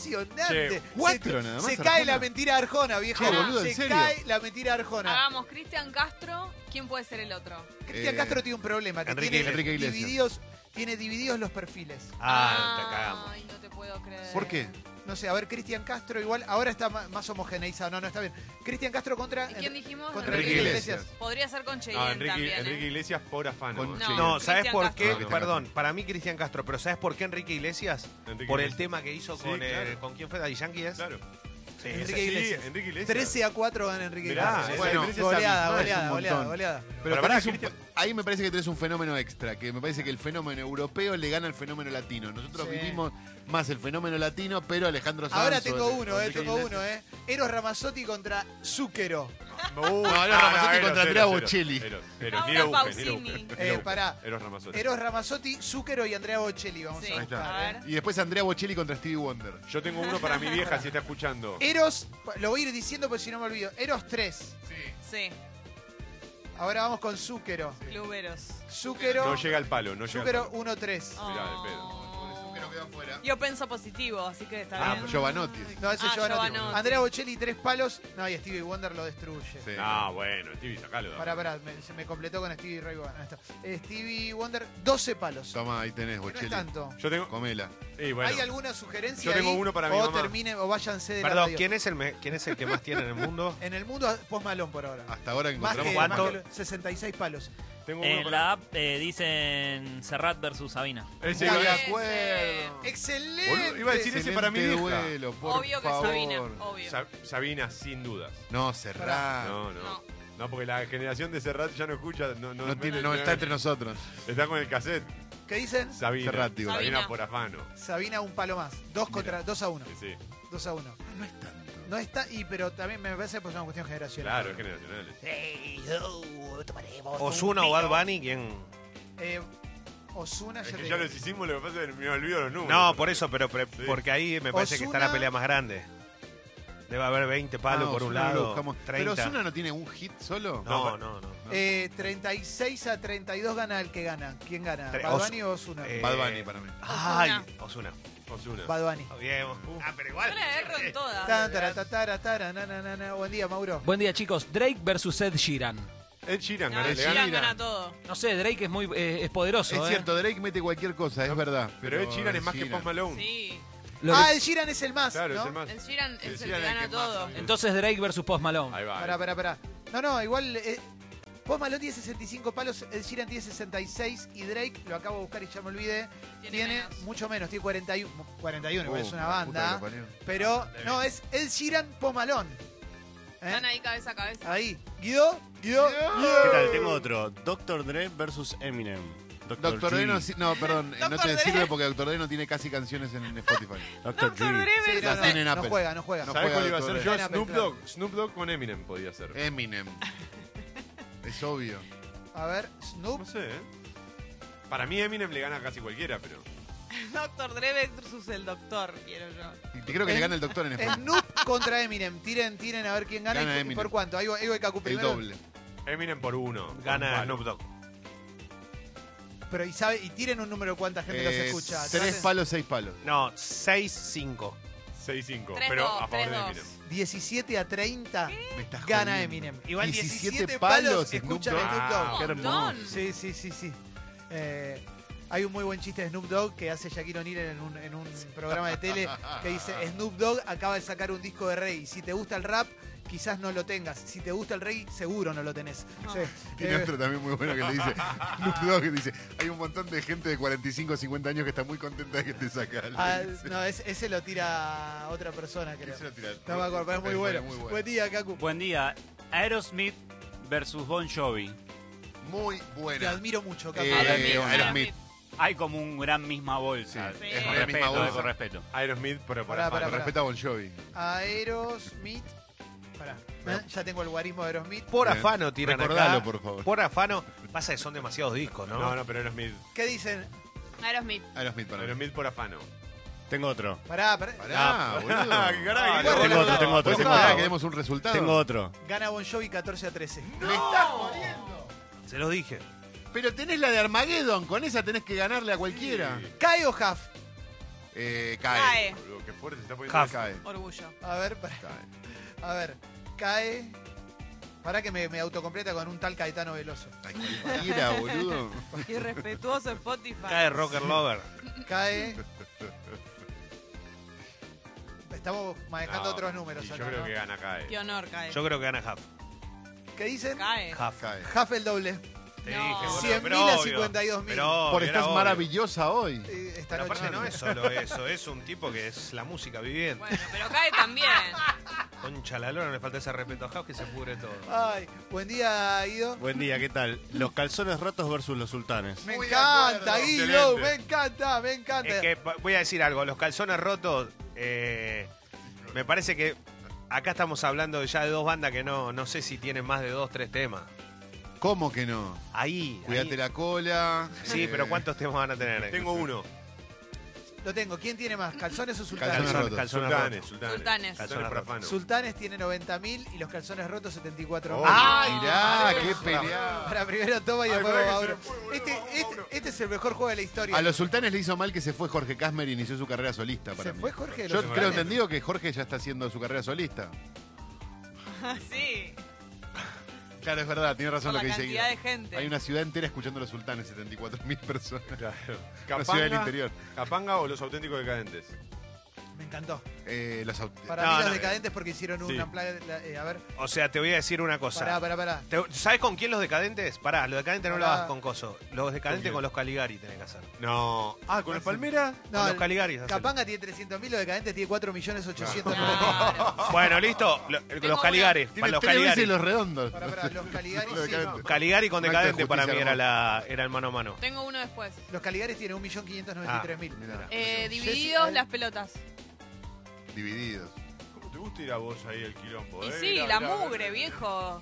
Speaker 1: Che,
Speaker 4: Impresionante.
Speaker 5: cuatro
Speaker 4: se,
Speaker 5: nada más,
Speaker 4: se
Speaker 5: Arjona.
Speaker 4: cae la mentira Arjona, viejo.
Speaker 2: Che, boludo,
Speaker 3: ¿en
Speaker 4: se
Speaker 3: serio? Ah.
Speaker 4: cae la mentira Arjona.
Speaker 2: Hagamos Cristian Castro, ¿quién puede ser el otro?
Speaker 4: Cristian
Speaker 3: Eh,
Speaker 4: Castro tiene un problema. Que
Speaker 7: Enrique
Speaker 4: tiene,
Speaker 7: Iglesias.
Speaker 3: Enrique Iglesias.
Speaker 4: divididos, tiene divididos los perfiles.
Speaker 7: Ah, te cagamos.
Speaker 2: Ay, no te puedo creer.
Speaker 3: ¿Por qué?
Speaker 4: No sé, a ver, Cristian Castro igual. Ahora está ma- más homogeneizado. No, no está bien. Cristian Castro contra.
Speaker 2: ¿Y quién dijimos?
Speaker 4: contra
Speaker 3: Enrique
Speaker 4: Enrique
Speaker 3: Iglesias.
Speaker 4: Iglesias.
Speaker 2: Podría ser con Cheyenne
Speaker 1: No, Enrique,
Speaker 2: también. ¿eh?
Speaker 1: Enrique Iglesias por afán.
Speaker 3: Con-
Speaker 1: nomás.
Speaker 3: Sí.
Speaker 7: No, ¿sabes
Speaker 2: Cristian
Speaker 7: por
Speaker 1: Ah,
Speaker 7: qué?
Speaker 3: Castro.
Speaker 7: Perdón, para mí Cristian Castro, pero ¿sabes por qué Enrique Iglesias?
Speaker 1: Enrique
Speaker 7: por el
Speaker 1: Iglesias.
Speaker 7: tema que hizo
Speaker 1: Sí,
Speaker 7: con, el-
Speaker 1: claro.
Speaker 7: con quién fue Daddy Yankee es.
Speaker 1: Claro.
Speaker 7: Sí,
Speaker 4: Enrique
Speaker 7: ese-
Speaker 1: Sí,
Speaker 4: Iglesias.
Speaker 1: Enrique Iglesias.
Speaker 4: 13 a 4 en Enrique
Speaker 1: Mirá,
Speaker 4: Iglesias.
Speaker 1: esa
Speaker 3: bueno,
Speaker 1: diferencia es
Speaker 4: goleada,
Speaker 1: abismal.
Speaker 4: goleada,
Speaker 3: un
Speaker 4: goleada,
Speaker 3: montón.
Speaker 4: goleada.
Speaker 3: Pero
Speaker 1: Para, para,
Speaker 3: tenés un-
Speaker 1: Cristian-
Speaker 3: ahí me parece que tenés un fenómeno extra, que me parece que el fenómeno europeo le gana al fenómeno latino. Nosotros
Speaker 4: Sí.
Speaker 3: vivimos más el fenómeno latino, pero Alejandro Sanz.
Speaker 4: Ahora
Speaker 3: o
Speaker 4: tengo
Speaker 3: el-
Speaker 4: uno, eh,
Speaker 3: Enrique
Speaker 4: tengo
Speaker 3: Iglesias.
Speaker 4: uno, eh. Eros Ramazzotti contra Zúquero.
Speaker 1: Uh,
Speaker 3: ahora
Speaker 1: no, no,
Speaker 3: Ramazzotti
Speaker 1: Eros,
Speaker 3: contra
Speaker 1: Eros,
Speaker 3: Andrea
Speaker 1: Eros,
Speaker 3: Bocelli.
Speaker 1: Eros, Eros,
Speaker 2: Laura
Speaker 1: ni lo busquen, ni lo
Speaker 2: Pausini.
Speaker 1: busquen, ni lo
Speaker 4: Eh,
Speaker 1: busquen.
Speaker 4: pará.
Speaker 1: Eros Ramazzotti.
Speaker 4: Eros Ramazzotti, Zúquero y Andrea Bocelli, vamos
Speaker 2: Sí,
Speaker 4: a
Speaker 2: a
Speaker 4: buscar. eh.
Speaker 2: ver.
Speaker 3: Y después Andrea Bocelli contra Stevie Wonder.
Speaker 1: Yo tengo uno para mi vieja si está escuchando.
Speaker 4: Eros, lo voy a ir diciendo porque si no me olvido. Eros 3.
Speaker 2: Sí,
Speaker 4: Ahora vamos con Zúquero.
Speaker 2: Luberos.
Speaker 4: Zúquero,
Speaker 1: No llega al palo, no llega. al
Speaker 4: Zúquero
Speaker 1: palo.
Speaker 4: 1-3.
Speaker 1: Mirá, de
Speaker 2: Oh.
Speaker 3: fuera.
Speaker 2: Yo pienso positivo, así que está
Speaker 3: Ah,
Speaker 2: bien.
Speaker 1: pues
Speaker 3: Giovanotti.
Speaker 4: No, ese
Speaker 2: Ah,
Speaker 4: es Giovanotti.
Speaker 2: Giovanotti.
Speaker 4: Andrea Bocelli, 3 palos. No, y Stevie Wonder lo destruye.
Speaker 3: Sí.
Speaker 1: Ah, bueno, Stevie, sacalo.
Speaker 4: Pará, pará, me, se me completó con Stevie Ray Vaughan. Ahí está. Eh, Stevie Wonder, 12 palos.
Speaker 3: Toma, ahí tenés,
Speaker 4: Que no es
Speaker 3: Bocelli.
Speaker 4: tanto.
Speaker 1: Yo tengo.
Speaker 3: Comela.
Speaker 1: eh, bueno.
Speaker 4: ¿Hay alguna sugerencia?
Speaker 1: Yo tengo
Speaker 4: ahí?
Speaker 1: uno para mi
Speaker 4: o
Speaker 1: mamá.
Speaker 4: terminen o váyanse de la
Speaker 7: Perdón,
Speaker 4: radio.
Speaker 7: ¿quién es, el me- ¿quién es el que más tiene en el mundo?
Speaker 4: En el mundo, post malón por ahora.
Speaker 1: Ah,
Speaker 3: Hasta ahora
Speaker 4: Más que,
Speaker 3: encontramos
Speaker 7: ¿cuánto?
Speaker 4: más que lo- 66 palos.
Speaker 1: Tengo uno
Speaker 6: En
Speaker 1: para-
Speaker 6: la app eh, dicen Serrat versus Sabina.
Speaker 1: Ese
Speaker 4: Ya,
Speaker 1: iba-
Speaker 4: ya.
Speaker 2: acuerdo.
Speaker 1: Boludo,
Speaker 4: ¡Excelente!
Speaker 1: iba a decir ese para mi
Speaker 3: Excelente
Speaker 1: vieja.
Speaker 3: duelo, por
Speaker 2: Obvio que
Speaker 3: favor.
Speaker 2: Sabina, obvio.
Speaker 1: Sa- Sabina, sin dudas.
Speaker 3: No, cerrá. No,
Speaker 1: No, no. No, porque la generación de Serrat ya no escucha. No, no,
Speaker 3: tiene, no está entre nosotros.
Speaker 1: Está con el cassette.
Speaker 4: ¿Qué dicen?
Speaker 1: Sabina.
Speaker 3: Serrat, digo.
Speaker 1: Sabina
Speaker 2: Sabina.
Speaker 1: por afano.
Speaker 4: Sabina un palo más. Dos contra, dos a uno.
Speaker 1: Sí, sí.
Speaker 4: Dos a uno.
Speaker 3: No es tanto.
Speaker 4: No está, y pero también me parece que es una cuestión generacional.
Speaker 1: Claro, es generacional.
Speaker 7: Osuna o Bad Bunny, ¿quién?
Speaker 4: Eh, Osuna,
Speaker 1: Es
Speaker 4: ya
Speaker 1: que
Speaker 4: te
Speaker 1: ya
Speaker 4: digo.
Speaker 1: los hicimos, lo que pasa es que me olvido los números.
Speaker 7: No, por eso, pero pre-
Speaker 1: Sí.
Speaker 7: porque ahí me parece que está la
Speaker 4: Ozuna-
Speaker 7: pelea más grande. Debe haber 20 palos
Speaker 3: Ah,
Speaker 7: por un
Speaker 3: Ozuna lo
Speaker 7: lado.
Speaker 3: buscamos.
Speaker 7: 30.
Speaker 3: Pero Osuna no tiene un hit solo.
Speaker 7: No, no, no.
Speaker 4: Eh, 36 a 32 gana el que gana. ¿Quién gana?
Speaker 7: Tre-
Speaker 4: ¿Bad
Speaker 7: Os-
Speaker 4: Bunny o Osuna?
Speaker 7: Eh,
Speaker 3: Ah, Bad Bunny para mí.
Speaker 7: Ay, Osuna.
Speaker 1: Ozuna.
Speaker 4: Bad Bunny.
Speaker 7: Bien.
Speaker 3: Uh.
Speaker 7: Ah, pero igual.
Speaker 2: Yo la erro en todas.
Speaker 4: Tan, tara, ta, tara, tara, na, na, na, na. Buen día, Mauro.
Speaker 8: Buen día, chicos. Drake versus Ed Sheeran.
Speaker 1: Ed Sheeran,
Speaker 2: No,
Speaker 1: ganó,
Speaker 2: el
Speaker 1: le gana.
Speaker 2: Sheeran gana todo.
Speaker 8: No sé, Drake es muy eh, es poderoso.
Speaker 3: Es
Speaker 8: ¿eh?
Speaker 3: cierto, Drake mete cualquier cosa, es verdad.
Speaker 1: Pero Ed Sheeran es más que
Speaker 3: Sheeran.
Speaker 1: Post Malone.
Speaker 2: Sí.
Speaker 8: Lo que-
Speaker 4: ah, el Giran es el más.
Speaker 1: Claro,
Speaker 4: ¿no?
Speaker 1: es el más.
Speaker 2: El Sheeran es
Speaker 3: El
Speaker 2: el,
Speaker 3: Sheeran
Speaker 2: que
Speaker 3: es el
Speaker 2: gana
Speaker 3: que más,
Speaker 2: todo.
Speaker 3: amigo.
Speaker 8: Entonces Drake versus Post Malone.
Speaker 1: Ahí va.
Speaker 4: Pará, pará, pará. No, no, igual. Eh, Post Malone tiene 65 palos, el Sheeran tiene 66 y Drake, lo acabo de buscar y ya me olvidé, tiene,
Speaker 2: Tiene menos.
Speaker 4: mucho menos, tiene 41. 41, igual
Speaker 3: Uh,
Speaker 4: es una
Speaker 3: la puta que
Speaker 4: banda.
Speaker 3: lo parió. Ah,
Speaker 4: Pero, no, es el Sheeran Post Malone. ¿Eh?
Speaker 2: Están ahí cabeza a cabeza.
Speaker 4: Ahí. Guido, Guido, Guido.
Speaker 5: ¿Qué tal? Tengo otro. Dr. Dre versus Eminem.
Speaker 3: Doctor
Speaker 5: Dre
Speaker 3: D no, si- no, perdón, eh, no
Speaker 2: Dr.
Speaker 3: te
Speaker 2: Dre.
Speaker 3: sirve porque Doctor D no tiene casi canciones en Spotify.
Speaker 5: [laughs] Dr.
Speaker 2: Dr.
Speaker 5: Dre.
Speaker 2: Dre
Speaker 4: Sí, no,
Speaker 2: versus-
Speaker 3: Las tiene en
Speaker 4: no, no
Speaker 3: Apple.
Speaker 4: juega, no juega.
Speaker 3: No
Speaker 1: ¿Sabes
Speaker 3: juega
Speaker 1: cuál iba a
Speaker 3: Dr.
Speaker 1: ser
Speaker 3: Dre.
Speaker 1: yo?
Speaker 4: Gana,
Speaker 1: Snoop
Speaker 4: claro.
Speaker 1: Dogg. Snoop Dogg con Eminem podía ser.
Speaker 3: Eminem. Es obvio.
Speaker 4: A ver, Snoop.
Speaker 3: [laughs]
Speaker 1: No sé, ¿eh? Para mí Eminem le gana a casi cualquiera, pero...
Speaker 2: Doctor Dre versus el doctor, quiero yo.
Speaker 3: Y te creo que le gana el doctor en España.
Speaker 4: eh, Snoop contra Eminem. Tiren, tiren a ver quién gana,
Speaker 3: Gana
Speaker 4: y- y
Speaker 3: Eminem.
Speaker 4: por cuánto. Ahí va- ahí va Kaku
Speaker 3: El
Speaker 4: primero.
Speaker 3: doble.
Speaker 1: Eminem por uno. Por un
Speaker 7: Gana
Speaker 1: palo.
Speaker 7: Snoop Dogg.
Speaker 4: Pero y sabe, y tiren un número de cuánta gente los
Speaker 3: Eh,
Speaker 4: escucha.
Speaker 3: tres
Speaker 4: Traten-
Speaker 3: palos, seis palos.
Speaker 7: No, 6-5.
Speaker 1: 6-5,
Speaker 2: 3-2,
Speaker 1: pero a favor de
Speaker 2: 3-2.
Speaker 1: Eminem.
Speaker 4: 17 a 30
Speaker 3: Me estás
Speaker 4: gana
Speaker 3: jodiendo.
Speaker 4: Eminem. Igual 17,
Speaker 3: 17
Speaker 4: palos
Speaker 3: palos,
Speaker 4: escucha
Speaker 3: Snoop
Speaker 1: Dogg.
Speaker 4: Snoop Dogg.
Speaker 1: Ah,
Speaker 2: qué hermoso. montón.
Speaker 4: Sí, sí, sí, sí. Eh, hay un muy buen chiste de Snoop Dogg que hace Shaquille O'Neal en un, en un programa de tele que dice Snoop Dogg acaba de sacar un disco de Rey. Si te gusta el rap, quizás no lo tengas. Si te gusta el Rey, seguro no lo tenés. Sí.
Speaker 3: Tiene
Speaker 4: Eh,
Speaker 3: otro también muy bueno que le dice, [laughs] Snoop Dogg, que dice, hay un montón de gente de 45 o 50 años que está muy contenta de que te saca. le [laughs]
Speaker 4: ah,
Speaker 3: dice.
Speaker 4: no, ese, ese lo tira a otra persona, creo.
Speaker 3: Ese lo tira-
Speaker 4: No me acuerdo, pero es muy bueno. Buen día, Kaku.
Speaker 9: Buen día. Aerosmith versus Bon Jovi.
Speaker 3: Muy
Speaker 4: Te
Speaker 3: buena.
Speaker 4: admiro mucho, Kaku.
Speaker 3: Eh, Aerosmith.
Speaker 9: Hay como un gran misma bolsa.
Speaker 3: Sí,
Speaker 2: Sí.
Speaker 3: es
Speaker 9: Con
Speaker 3: la misma
Speaker 9: respeto, eh,
Speaker 3: voz.
Speaker 9: con respeto.
Speaker 1: Aerosmith, pero por
Speaker 4: Pará,
Speaker 1: afán.
Speaker 4: pará,
Speaker 3: Con
Speaker 4: pará.
Speaker 3: respeto a Bon Jovi.
Speaker 4: Aerosmith. Pará, ¿eh? ya tengo el guarismo de Aerosmith.
Speaker 7: Por
Speaker 3: Bien.
Speaker 7: afano tiran
Speaker 3: Recordalo,
Speaker 7: acá.
Speaker 3: por favor.
Speaker 7: Por afano. Pasa que son demasiados discos, ¿no?
Speaker 1: No, no, pero Aerosmith.
Speaker 4: ¿Qué dicen?
Speaker 2: Aerosmith.
Speaker 3: Aerosmith para mí.
Speaker 1: Aerosmith por afano.
Speaker 5: Tengo otro.
Speaker 4: Pará, pará.
Speaker 3: Pará, boludo.
Speaker 1: Ah, qué [laughs] caray,
Speaker 3: Tengo
Speaker 1: boludo.
Speaker 5: otro, tengo otro,
Speaker 3: Pues
Speaker 5: tengo
Speaker 3: pará,
Speaker 5: otro.
Speaker 3: que demos un resultado.
Speaker 5: Tengo otro.
Speaker 4: Gana Bon Jovi 14 a 13.
Speaker 3: Me estás jodiendo.
Speaker 7: Se los dije.
Speaker 3: Pero tenés la de Armageddon, con esa tenés que ganarle a cualquiera.
Speaker 4: ¿Cae o half?
Speaker 3: Eh, cae.
Speaker 1: Boludo, Qué fuerte se está poniendo.
Speaker 3: Cae. Cae.
Speaker 2: Orgullo.
Speaker 4: A ver, pará. A ver, cae. Para que me, me autocompleta con un tal Caetano Veloso.
Speaker 3: Ay,
Speaker 4: [laughs]
Speaker 3: Cualquiera, boludo.
Speaker 2: Irrespetuoso Spotify.
Speaker 7: Cae Rocker Lover.
Speaker 4: Cae. Estamos manejando
Speaker 1: No,
Speaker 4: otros números
Speaker 1: y
Speaker 4: acá,
Speaker 1: Yo creo
Speaker 4: ¿no?
Speaker 1: que gana cae.
Speaker 2: Qué honor, cae.
Speaker 7: Yo creo que gana Huff.
Speaker 4: ¿Qué dicen?
Speaker 2: Cae.
Speaker 7: Huff.
Speaker 3: Cae.
Speaker 4: Half el doble.
Speaker 7: Te
Speaker 2: No.
Speaker 7: dije, boludo,
Speaker 4: 100.000
Speaker 7: pero
Speaker 4: a
Speaker 7: obvio.
Speaker 4: 52.000.
Speaker 7: Pero obvio,
Speaker 3: Por
Speaker 7: era
Speaker 3: estás
Speaker 7: obvio.
Speaker 3: maravillosa hoy.
Speaker 4: Eh, Esta
Speaker 7: Pero
Speaker 4: noche.
Speaker 7: aparte no es solo eso, es un tipo que es la música viviente.
Speaker 2: Bueno, pero cae también.
Speaker 7: Concha la lora, le falta ese respeto a Huff que se pudre todo.
Speaker 4: Ay, buen día, Guido.
Speaker 5: Buen día, ¿qué tal? Los calzones rotos versus los sultanes.
Speaker 4: Me
Speaker 3: Muy de
Speaker 4: encanta,
Speaker 3: acuerdo.
Speaker 4: Guido,
Speaker 1: Excelente.
Speaker 4: me encanta, me encanta.
Speaker 7: Es que pa- voy a decir algo, los calzones rotos, eh, me parece que acá estamos hablando ya de dos bandas que no, no sé si tienen más de dos, tres temas.
Speaker 3: ¿Cómo que no?
Speaker 7: Ahí.
Speaker 3: Cuídate
Speaker 7: ahí-
Speaker 3: la cola.
Speaker 7: Sí,
Speaker 3: eh,
Speaker 7: pero ¿cuántos temas van a tener? ahí?
Speaker 1: Tengo uno.
Speaker 4: Lo tengo. ¿Quién tiene más? ¿Calzones o sultanes?
Speaker 7: Calzones,
Speaker 3: Calzones rotos.
Speaker 7: calzones
Speaker 1: Sultanes,
Speaker 7: rotos.
Speaker 1: sultanes.
Speaker 2: Sultanes.
Speaker 1: Sultanes Rafano.
Speaker 4: Sultanes tiene 90.000 y los calzones rotos 74.000.
Speaker 1: Oh,
Speaker 3: ¡Ay,
Speaker 1: Ay,
Speaker 3: mirá!
Speaker 1: madre.
Speaker 3: ¡Qué pelea!
Speaker 4: Ah, Para primero toma y
Speaker 1: Ay,
Speaker 4: después
Speaker 1: pará
Speaker 4: va
Speaker 1: que se
Speaker 4: uno.
Speaker 1: le fue, boludo,
Speaker 4: Este,
Speaker 1: vamos,
Speaker 4: este-
Speaker 1: Mauro.
Speaker 4: este es el mejor juego de la historia.
Speaker 3: A los sultanes le hizo mal que se fue Jorge Casmer y inició su carrera solista. Para
Speaker 4: ¿Se
Speaker 3: mí.
Speaker 4: fue Jorge de los
Speaker 3: Yo
Speaker 4: Sultanes?
Speaker 3: creo entendido que Jorge ya está haciendo su carrera solista.
Speaker 2: Sí.
Speaker 3: Claro, es verdad, tiene
Speaker 2: Por
Speaker 3: razón lo
Speaker 2: la
Speaker 3: que dice
Speaker 2: cantidad de
Speaker 3: Guido.
Speaker 2: gente.
Speaker 3: Hay una ciudad entera escuchando a los sultanes, 74.000 personas. [laughs]
Speaker 1: Claro.
Speaker 3: Una ciudad del
Speaker 1: Capanga,
Speaker 3: interior.
Speaker 1: Capanga o los auténticos decadentes.
Speaker 4: Me encantó.
Speaker 3: Eh, los aut-
Speaker 4: Para
Speaker 7: No,
Speaker 4: mí los
Speaker 7: no,
Speaker 4: decadentes porque hicieron
Speaker 1: sí.
Speaker 4: un unplugged, la- eh, a ver,
Speaker 7: O sea, te voy a decir una cosa.
Speaker 4: pará, pará, pará.
Speaker 7: Te- ¿Sabes con quién los decadentes? Pará, los decadentes no lo
Speaker 4: Pará.
Speaker 7: hagas con coso. Los decadentes
Speaker 1: quién?
Speaker 7: con los Caligari tenés que hacer.
Speaker 1: No. Ah, con los Palmera.
Speaker 4: No,
Speaker 7: con
Speaker 4: el-
Speaker 7: los Caligari. hacelo.
Speaker 4: Capanga tiene 300.000, los decadentes tiene 4.800.000.
Speaker 2: [laughs] Claro.
Speaker 7: Bueno, listo. Lo- los
Speaker 2: una.
Speaker 7: Caligari. para
Speaker 3: Tiene
Speaker 7: los
Speaker 3: tres
Speaker 7: Caligari.
Speaker 3: veces los redondos.
Speaker 4: Pará, pará, los Caligaris
Speaker 3: Los
Speaker 4: sí, no.
Speaker 3: decadentes.
Speaker 7: Caligari con
Speaker 3: Un acto de
Speaker 7: decadente para mí
Speaker 3: justicia
Speaker 7: era, la, era el mano a mano.
Speaker 2: Tengo uno después.
Speaker 4: Los Caligaris tienen 1.593.000.
Speaker 3: Mirá.
Speaker 2: Eh,
Speaker 4: Jessy,
Speaker 2: divididos
Speaker 4: eh.
Speaker 2: las pelotas.
Speaker 3: Divididos.
Speaker 1: ¿Cómo te gusta ir a vos ahí el quilombo?
Speaker 2: Y
Speaker 1: eh?
Speaker 2: sí,
Speaker 1: Mirá,
Speaker 2: la
Speaker 1: mirá,
Speaker 2: mugre,
Speaker 1: mirá.
Speaker 2: viejo.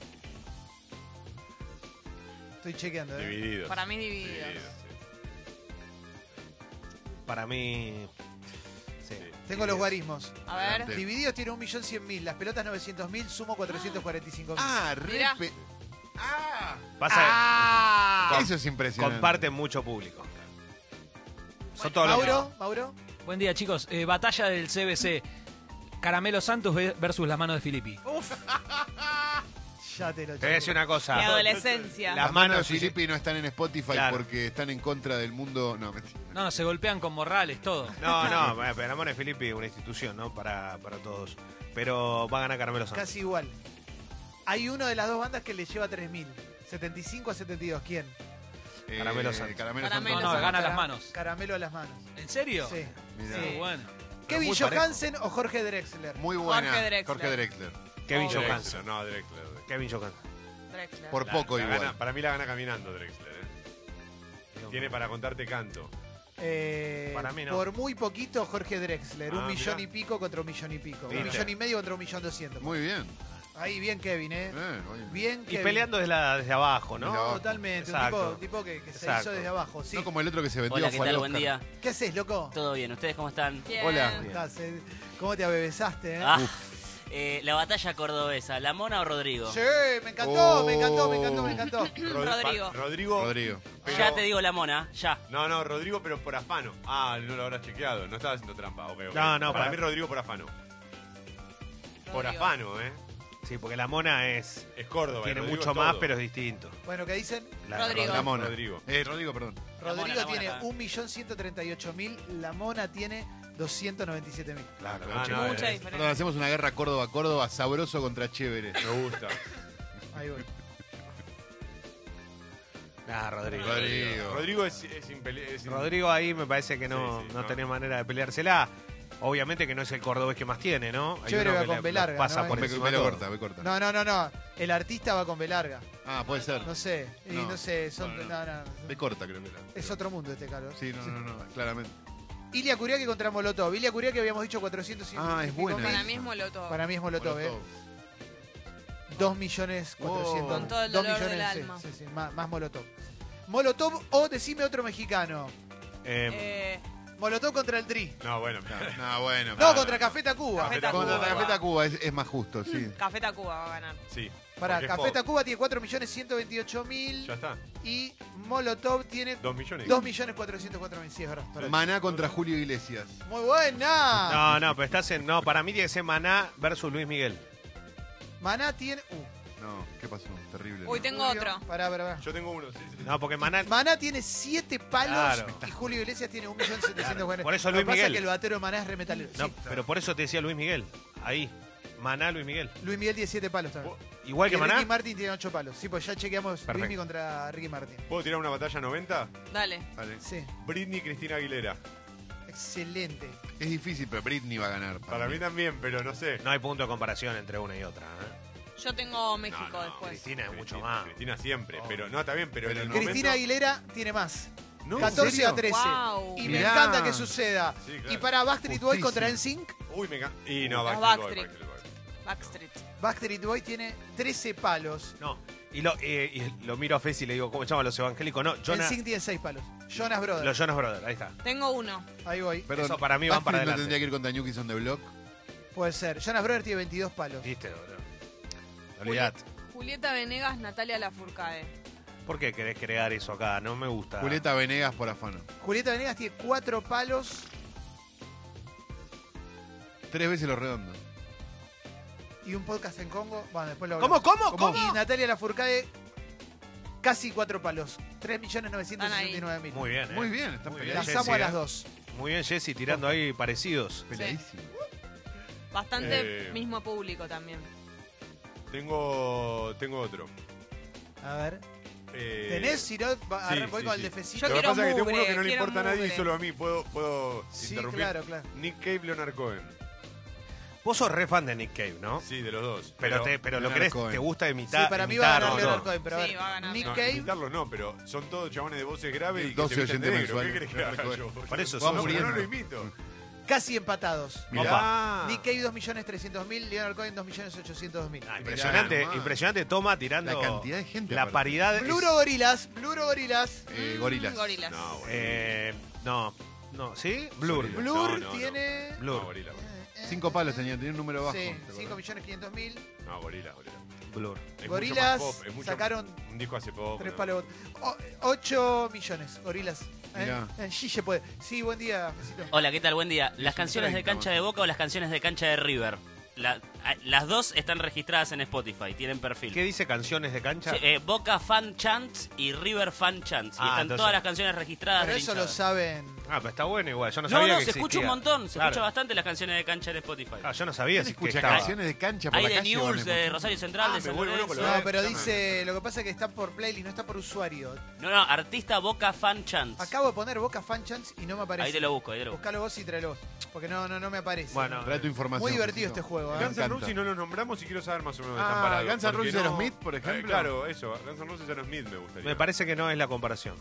Speaker 4: Estoy chequeando. ¿eh?
Speaker 1: Divididos.
Speaker 2: Para mí divididos.
Speaker 1: sí.
Speaker 7: Para mí. Sí.
Speaker 1: Sí.
Speaker 4: Tengo los guarismos.
Speaker 2: A ver.
Speaker 3: Grande.
Speaker 4: Divididos tiene 1.100.000, las pelotas 900.000, sumo 445.000.
Speaker 3: Ah,
Speaker 2: Mirá.
Speaker 3: repe. Ah,
Speaker 7: Pasa
Speaker 2: Ah.
Speaker 7: Com-
Speaker 3: eso es impresionante.
Speaker 7: comparten mucho público. Son todos los
Speaker 4: Mauro, Mauro,
Speaker 8: Buen día, chicos. Eh, batalla del CBC. Caramelo Santos ve- versus las manos de Filippi.
Speaker 4: ya te lo
Speaker 7: Te voy a decir
Speaker 4: chequeo.
Speaker 7: una
Speaker 2: Mi
Speaker 7: cosa.
Speaker 2: adolescencia.
Speaker 7: La-
Speaker 3: Las
Speaker 7: Las
Speaker 3: manos de
Speaker 7: manos y-
Speaker 3: Filippi no están en Spotify
Speaker 7: Claro.
Speaker 3: porque están en contra del mundo. No, mentira.
Speaker 8: No, no, se golpean con morrales, todo.
Speaker 7: No, no, bueno, pero Amor de Filippi es una institución, ¿no? Para, para todos. Pero va a ganar Caramelo Santos.
Speaker 4: Casi igual. Hay una de las dos bandas que le lleva 3.000. 75 a 72. ¿Quién?
Speaker 3: Eh,
Speaker 7: Caramelo Santos.
Speaker 3: Caramelo
Speaker 2: Caramelo
Speaker 3: Santos.
Speaker 8: No, no, gana
Speaker 4: Cara-
Speaker 8: las manos.
Speaker 4: Caramelo a las manos.
Speaker 8: ¿En serio?
Speaker 4: Sí.
Speaker 3: Mirá.
Speaker 8: Ah, Bueno.
Speaker 4: Kevin
Speaker 7: muy parejo.
Speaker 4: Johansen o Jorge Drexler.
Speaker 3: Muy buena.
Speaker 2: Jorge Drexler.
Speaker 3: Jorge Drexler.
Speaker 7: Kevin
Speaker 2: Oh,
Speaker 1: Drexler,
Speaker 7: Johansson.
Speaker 1: No, Drexler. Drexler.
Speaker 7: Kevin Johansson.
Speaker 2: Drexler.
Speaker 3: Por
Speaker 1: La-
Speaker 3: poco
Speaker 1: la
Speaker 3: igual.
Speaker 1: gana- para mí la gana caminando Drexler. ¿eh? Tiene para contarte
Speaker 2: [clears throat]
Speaker 1: canto.
Speaker 4: Eh,
Speaker 7: Para mí no.
Speaker 4: Por muy poquito, Jorge Drexler.
Speaker 1: Ah,
Speaker 4: un millón
Speaker 1: mirá.
Speaker 4: y pico contra un millón y pico.
Speaker 7: Viste.
Speaker 4: Un millón y medio contra un millón doscientos.
Speaker 3: Muy bien.
Speaker 4: Ahí, bien, Kevin, ¿eh?
Speaker 3: Eh, oye.
Speaker 4: Bien,
Speaker 7: Y
Speaker 4: Kevin.
Speaker 7: peleando desde, la- desde abajo,
Speaker 3: Desde
Speaker 7: ¿no?
Speaker 3: abajo.
Speaker 4: Totalmente.
Speaker 7: Exacto.
Speaker 4: Un tipo, tipo que, que se
Speaker 7: Exacto.
Speaker 4: hizo desde abajo. Sí.
Speaker 3: No como el otro que se vendió.
Speaker 10: Hola, ¿qué
Speaker 3: fue al
Speaker 10: tal? Buen
Speaker 3: Oscar.
Speaker 10: día.
Speaker 4: ¿Qué haces, loco?
Speaker 10: ¿Todo bien? ¿Ustedes cómo están?
Speaker 2: Bien.
Speaker 3: Hola.
Speaker 4: ¿Cómo estás, eh? ¿Cómo te abebesaste, eh?
Speaker 10: Ah, eh, la batalla cordobesa, ¿la mona o Rodrigo?
Speaker 4: Sí, me encantó, me encantó, me encantó, me
Speaker 3: Oh.
Speaker 4: encantó.
Speaker 1: Rod- pa-
Speaker 2: Rodrigo.
Speaker 1: Rodrigo.
Speaker 3: Rodrigo.
Speaker 1: pero-
Speaker 10: Ya te digo la mona, ya.
Speaker 1: No, no, Rodrigo, pero por afano. Ah, no lo habrás chequeado. No estaba haciendo trampa. ok, ok.
Speaker 7: No, no,
Speaker 1: Para,
Speaker 7: para-
Speaker 1: mí Rodrigo por afano. Por
Speaker 2: Rodrigo.
Speaker 1: afano, ¿eh?
Speaker 7: Sí, porque la mona es.
Speaker 1: Es Córdoba.
Speaker 7: Tiene
Speaker 1: Rodrigo
Speaker 7: mucho
Speaker 1: es
Speaker 7: más,
Speaker 1: todo.
Speaker 7: pero es distinto.
Speaker 4: Bueno, ¿qué dicen?
Speaker 7: La-
Speaker 2: Rodrigo.
Speaker 3: La mona.
Speaker 1: Rodrigo.
Speaker 3: Eh, Rodrigo, perdón.
Speaker 10: La mona,
Speaker 4: Rodrigo
Speaker 10: la mona,
Speaker 4: tiene
Speaker 10: la-
Speaker 4: 1.138.000, la mona tiene 297.000.
Speaker 7: Claro,
Speaker 1: Ah,
Speaker 7: chico.
Speaker 1: no,
Speaker 2: Mucha
Speaker 1: eh,
Speaker 2: diferencia.
Speaker 3: Perdón, hacemos una guerra Córdoba-Córdoba, sabroso contra chévere.
Speaker 1: Me gusta.
Speaker 4: Ahí voy.
Speaker 7: Nah, Rodrigo.
Speaker 3: Rodrigo.
Speaker 1: Rodrigo es, es impele- es in-
Speaker 7: Rodrigo ahí me parece que no,
Speaker 1: Sí, sí,
Speaker 7: no,
Speaker 1: no.
Speaker 7: tenés manera de peleársela. Obviamente que no es el cordobés que más tiene, ¿no? Hay
Speaker 4: Chévere
Speaker 7: uno
Speaker 4: va
Speaker 7: que
Speaker 4: con
Speaker 7: le-
Speaker 4: Belarga,
Speaker 7: los pasa
Speaker 4: ¿no?
Speaker 7: por
Speaker 3: Me,
Speaker 7: encima
Speaker 3: me lo
Speaker 7: de todo.
Speaker 3: corta, me corta.
Speaker 4: No, no, no, no. El artista va con B larga.
Speaker 3: Ah, puede ser.
Speaker 4: No sé, y
Speaker 3: No.
Speaker 4: no, sé, son,
Speaker 3: No, no.
Speaker 4: no, no.
Speaker 3: De corta, creo que era.
Speaker 4: Es otro mundo este calor.
Speaker 3: Sí, no, no, no, claramente.
Speaker 4: Ilia Curiaque contra Molotov. Ilia Curiaque habíamos dicho 400
Speaker 3: Ah, es buena
Speaker 2: Para
Speaker 3: esa.
Speaker 2: mí es Molotov.
Speaker 4: Para mí es Molotov, ¿eh?
Speaker 3: Molotov. Oh.
Speaker 4: 2 millones
Speaker 3: Wow. Con
Speaker 2: todo el
Speaker 4: 2
Speaker 2: dolor
Speaker 4: millones,
Speaker 2: del
Speaker 4: sí,
Speaker 2: alma.
Speaker 4: sí, sí, más, más Molotov. Molotov o decime otro mexicano.
Speaker 7: Eh,
Speaker 2: Eh,
Speaker 4: Molotov contra el Tri.
Speaker 1: em, No, bueno. [laughs]
Speaker 3: No, no, bueno.
Speaker 4: No,
Speaker 3: pero-
Speaker 4: contra Café Tacuba.
Speaker 2: Café Tacuba.
Speaker 3: Contra Café Tacuba, es, es más justo, sí.
Speaker 2: Café Tacuba va a ganar.
Speaker 1: Sí.
Speaker 4: Para
Speaker 1: Porque es
Speaker 4: Café
Speaker 1: pop.
Speaker 4: Tacuba tiene 4.128.000
Speaker 1: Ya está.
Speaker 4: y Molotov tiene
Speaker 1: Dos millones.
Speaker 4: 2.404.000. Sí, es verdad. perdón.
Speaker 3: Maná contra Julio Iglesias.
Speaker 4: Muy buena.
Speaker 7: No, no, pero estás en. No, para mí tiene que ser Maná versus Luis Miguel.
Speaker 4: Maná tiene. Uh,
Speaker 3: No, ¿qué pasó? Terrible.
Speaker 2: Uy,
Speaker 3: ¿no?
Speaker 2: tengo
Speaker 4: Julio-
Speaker 2: otro.
Speaker 4: Pará, pará, pará.
Speaker 1: Yo tengo uno, sí, sí.
Speaker 7: No, porque Maná.
Speaker 4: Maná tiene 7 palos
Speaker 7: Claro.
Speaker 4: y Julio Iglesias tiene 1.740.000.
Speaker 7: Claro, por eso
Speaker 4: Lo que
Speaker 7: Luis
Speaker 4: pasa es
Speaker 7: Miguel.
Speaker 4: que el batero de Maná es remetalero.
Speaker 7: No,
Speaker 4: Sí.
Speaker 7: pero por eso te decía Luis Miguel. Ahí. Maná, Luis Miguel.
Speaker 4: Luis Miguel tiene 7 palos también.
Speaker 7: Igual que
Speaker 4: Y Ricky
Speaker 7: Maná.
Speaker 4: Martin tiene 8 palos. Sí, pues ya chequeamos
Speaker 7: Perfecto.
Speaker 4: Luismi contra Ricky Martin.
Speaker 1: ¿Puedo tirar una batalla 90?
Speaker 2: Dale.
Speaker 3: Vale.
Speaker 4: Sí,
Speaker 1: Britney Cristina Aguilera.
Speaker 4: excelente.
Speaker 3: Es difícil, pero Britney va a ganar.
Speaker 1: Para mí también, pero no sé.
Speaker 7: No hay punto de comparación entre una y otra. ¿eh?
Speaker 2: Yo tengo México
Speaker 1: no,
Speaker 2: después.
Speaker 7: Cristina es mucho
Speaker 1: Cristina-
Speaker 7: más.
Speaker 1: Cristina siempre, pero no, está bien, pero,
Speaker 3: Pero
Speaker 1: en el
Speaker 3: no.
Speaker 4: Cristina
Speaker 1: momento...
Speaker 4: Aguilera tiene más.
Speaker 1: No,
Speaker 4: 14 a
Speaker 1: ¿en serio?
Speaker 4: 13.
Speaker 2: Wow.
Speaker 4: Y me
Speaker 3: Mirá.
Speaker 4: encanta que suceda.
Speaker 1: Sí, claro.
Speaker 4: Y para Backstreet Boy
Speaker 3: Justicia.
Speaker 4: contra NSYNC,
Speaker 1: Uy, me encanta. Y no,
Speaker 2: Los
Speaker 1: Backstreet Boy,
Speaker 2: Backstreet.
Speaker 1: Backstreet Boy.
Speaker 2: Backstreet.
Speaker 4: Backstreet Boy tiene 13 palos.
Speaker 7: No. Y lo, eh, y lo miro a Fez y le digo, ¿cómo se llaman los evangélicos? No, Jonas.
Speaker 4: NSYNC tiene 6 palos. Jonas Brothers.
Speaker 7: Los Jonas Brothers, ahí está.
Speaker 2: Tengo uno.
Speaker 4: Ahí voy.
Speaker 3: Perdón,
Speaker 7: Eso para mí van
Speaker 3: Backstreet
Speaker 7: para
Speaker 3: no
Speaker 7: adelante.
Speaker 3: tendría que ir contra Newkies on the Block.
Speaker 4: Puede ser. Jonas Brothers tiene 22 palos.
Speaker 7: Viste, boludo. Olvidate.
Speaker 2: Julieta Venegas, Natalia Lafourcade.
Speaker 7: ¿Por qué querés crear eso acá? No me gusta.
Speaker 3: Julieta Venegas por afano.
Speaker 4: Julieta Venegas tiene 4 palos.
Speaker 3: Tres veces los redondos.
Speaker 7: Eh,
Speaker 4: y un podcast en Congo. Bueno, después lo
Speaker 7: ¿Cómo,
Speaker 4: hablamos.
Speaker 7: cómo, cómo?
Speaker 4: Y Natalia Lafourcade, casi cuatro palos.
Speaker 7: Muy
Speaker 4: 3.969.000.
Speaker 7: bien, ¿eh?
Speaker 3: Muy bien, están
Speaker 7: Muy
Speaker 4: Las
Speaker 3: peleadas.
Speaker 7: Jessy,
Speaker 4: amo a
Speaker 7: ¿eh?
Speaker 4: las dos.
Speaker 7: Muy bien, Jessy, tirando ahí parecidos.
Speaker 3: Peleadísimo.
Speaker 2: Bastante
Speaker 1: Eh.
Speaker 2: mismo público también.
Speaker 1: Tengo, tengo otro.
Speaker 4: A ver.
Speaker 1: Eh,
Speaker 4: ¿Tenés? Si no, va-
Speaker 1: sí,
Speaker 4: arran- voy
Speaker 1: sí,
Speaker 4: con
Speaker 1: sí.
Speaker 4: el
Speaker 2: Yo
Speaker 1: Lo
Speaker 4: defensito.
Speaker 1: que
Speaker 2: quiero
Speaker 1: pasa es que tengo uno
Speaker 2: mugre,
Speaker 1: que no le
Speaker 2: quiero
Speaker 1: importa a nadie y
Speaker 2: mugre.
Speaker 1: solo a mí. ¿Puedo, puedo
Speaker 4: Sí,
Speaker 1: interrumpir?
Speaker 4: claro, claro.
Speaker 1: Nick Cave, Leonard Cohen.
Speaker 7: Vos sos re fan de Nick Cave, ¿no?
Speaker 1: Sí, de los dos.
Speaker 7: Pero, te, pero lo
Speaker 3: Leonard
Speaker 7: querés,
Speaker 3: Cohen.
Speaker 7: te gusta imitar.
Speaker 4: Sí, para mí va a ganar
Speaker 7: imitarlo,
Speaker 4: Leonard
Speaker 7: ¿no?
Speaker 4: Cohen, pero a
Speaker 2: Sí,
Speaker 4: ver.
Speaker 2: va a ganar
Speaker 4: Nick
Speaker 1: No,
Speaker 4: Cave.
Speaker 1: imitarlo no, pero son todos chabones de voces graves y que
Speaker 3: 12
Speaker 1: se visten de
Speaker 3: oyentes
Speaker 1: negro. ¿Qué
Speaker 3: mensuales.
Speaker 1: querés que haga
Speaker 3: Leonard
Speaker 1: yo?
Speaker 3: Cohen.
Speaker 7: Por eso
Speaker 1: No,
Speaker 7: somos
Speaker 1: pero no
Speaker 3: muriendo.
Speaker 1: lo imito.
Speaker 4: Casi empatados.
Speaker 1: Mirá.
Speaker 4: Nick Cave 2.300.000, Leonard Cohen 2.800.000.
Speaker 7: Ah, impresionante,
Speaker 3: nomás.
Speaker 7: impresionante Toma tirando
Speaker 3: La cantidad de gente,
Speaker 7: La
Speaker 3: aparte.
Speaker 7: paridad Ah, es-
Speaker 4: Bluro Gorilas, Bluro Gorilas.
Speaker 3: Eh,
Speaker 2: Mm,
Speaker 3: gorilas.
Speaker 2: Gorilas.
Speaker 1: No, bueno.
Speaker 7: eh, no, no, ¿sí? Blur.
Speaker 1: Sonido.
Speaker 4: Blur
Speaker 1: no, no.
Speaker 4: tiene... Eh,
Speaker 1: No,
Speaker 7: Blur.
Speaker 1: gorila.
Speaker 3: Cinco palos tenía, tenía un número bajo.
Speaker 4: Sí,
Speaker 3: ¿te acordás?
Speaker 4: 5.500.000.
Speaker 1: No, gorila, gorila.
Speaker 7: Blur.
Speaker 1: Es
Speaker 4: Gorilas
Speaker 1: mucho más pop, es mucho-
Speaker 4: sacaron
Speaker 1: Un disco hace poco.
Speaker 4: Tres palos. 8 millones, gorilas. ¿Eh?
Speaker 3: Mirá.
Speaker 4: Eh, Gille puede. Sí, buen día, Fecito.
Speaker 10: Hola, ¿qué tal? Buen día. ¿Las
Speaker 3: un
Speaker 10: canciones de
Speaker 3: 30,
Speaker 10: cancha de Boca o las canciones de cancha de River? La- a- las dos están registradas en Spotify, tienen perfil.
Speaker 7: ¿Qué dice canciones de cancha?
Speaker 10: Sí, eh, Boca Fan Chants y River Fan Chants. Y
Speaker 7: Ah,
Speaker 10: están
Speaker 7: entonces-
Speaker 10: todas las canciones registradas.
Speaker 4: Pero
Speaker 10: de la
Speaker 4: eso lo
Speaker 10: hinchada.
Speaker 4: saben.
Speaker 7: Ah, pero está bueno igual. Yo no,
Speaker 10: No,
Speaker 7: sabía
Speaker 10: no,
Speaker 7: que
Speaker 10: se escucha
Speaker 7: existía.
Speaker 10: un montón. Se
Speaker 7: Claro.
Speaker 10: escucha bastante las canciones de cancha de Spotify.
Speaker 7: Ah, yo no sabía
Speaker 3: ¿Quién
Speaker 7: si- que
Speaker 3: escucha
Speaker 7: estaba.
Speaker 3: canciones de cancha por
Speaker 10: Hay
Speaker 3: la
Speaker 10: de
Speaker 3: calle? o
Speaker 10: News, eh.
Speaker 3: le
Speaker 10: de
Speaker 3: escucha?
Speaker 10: Rosario Central,
Speaker 1: Ah,
Speaker 10: de
Speaker 1: me
Speaker 10: San
Speaker 1: vuelvo loco,
Speaker 10: Lorenzo.
Speaker 1: lo
Speaker 4: No,
Speaker 1: Eh,
Speaker 4: pero
Speaker 1: llaman.
Speaker 4: dice, lo que pasa es que está por playlist, no está por usuario.
Speaker 10: No, no, artista Boca Fan Chants.
Speaker 4: Acabo de poner Boca Fan Chance y no me aparece.
Speaker 10: Ahí te lo busco, ahí te lo busco.
Speaker 4: Buscalo vos y tráelo vos, porque no, no, no me aparece.
Speaker 7: Bueno,
Speaker 3: Trae tu información.
Speaker 4: Muy divertido
Speaker 3: Fecito.
Speaker 4: este juego, ¿eh?
Speaker 3: Me
Speaker 1: Guns N'
Speaker 3: encanta.
Speaker 1: Roses no los nombramos y quiero saber más o menos dónde
Speaker 3: Ah,
Speaker 1: están parados.
Speaker 3: Guns N'
Speaker 1: porque
Speaker 3: Roses Aerosmith, por
Speaker 1: Eh,
Speaker 3: ejemplo.
Speaker 1: claro, eso. Guns N' Roses Aerosmith me gustaría.
Speaker 7: me parece que no es la comparación.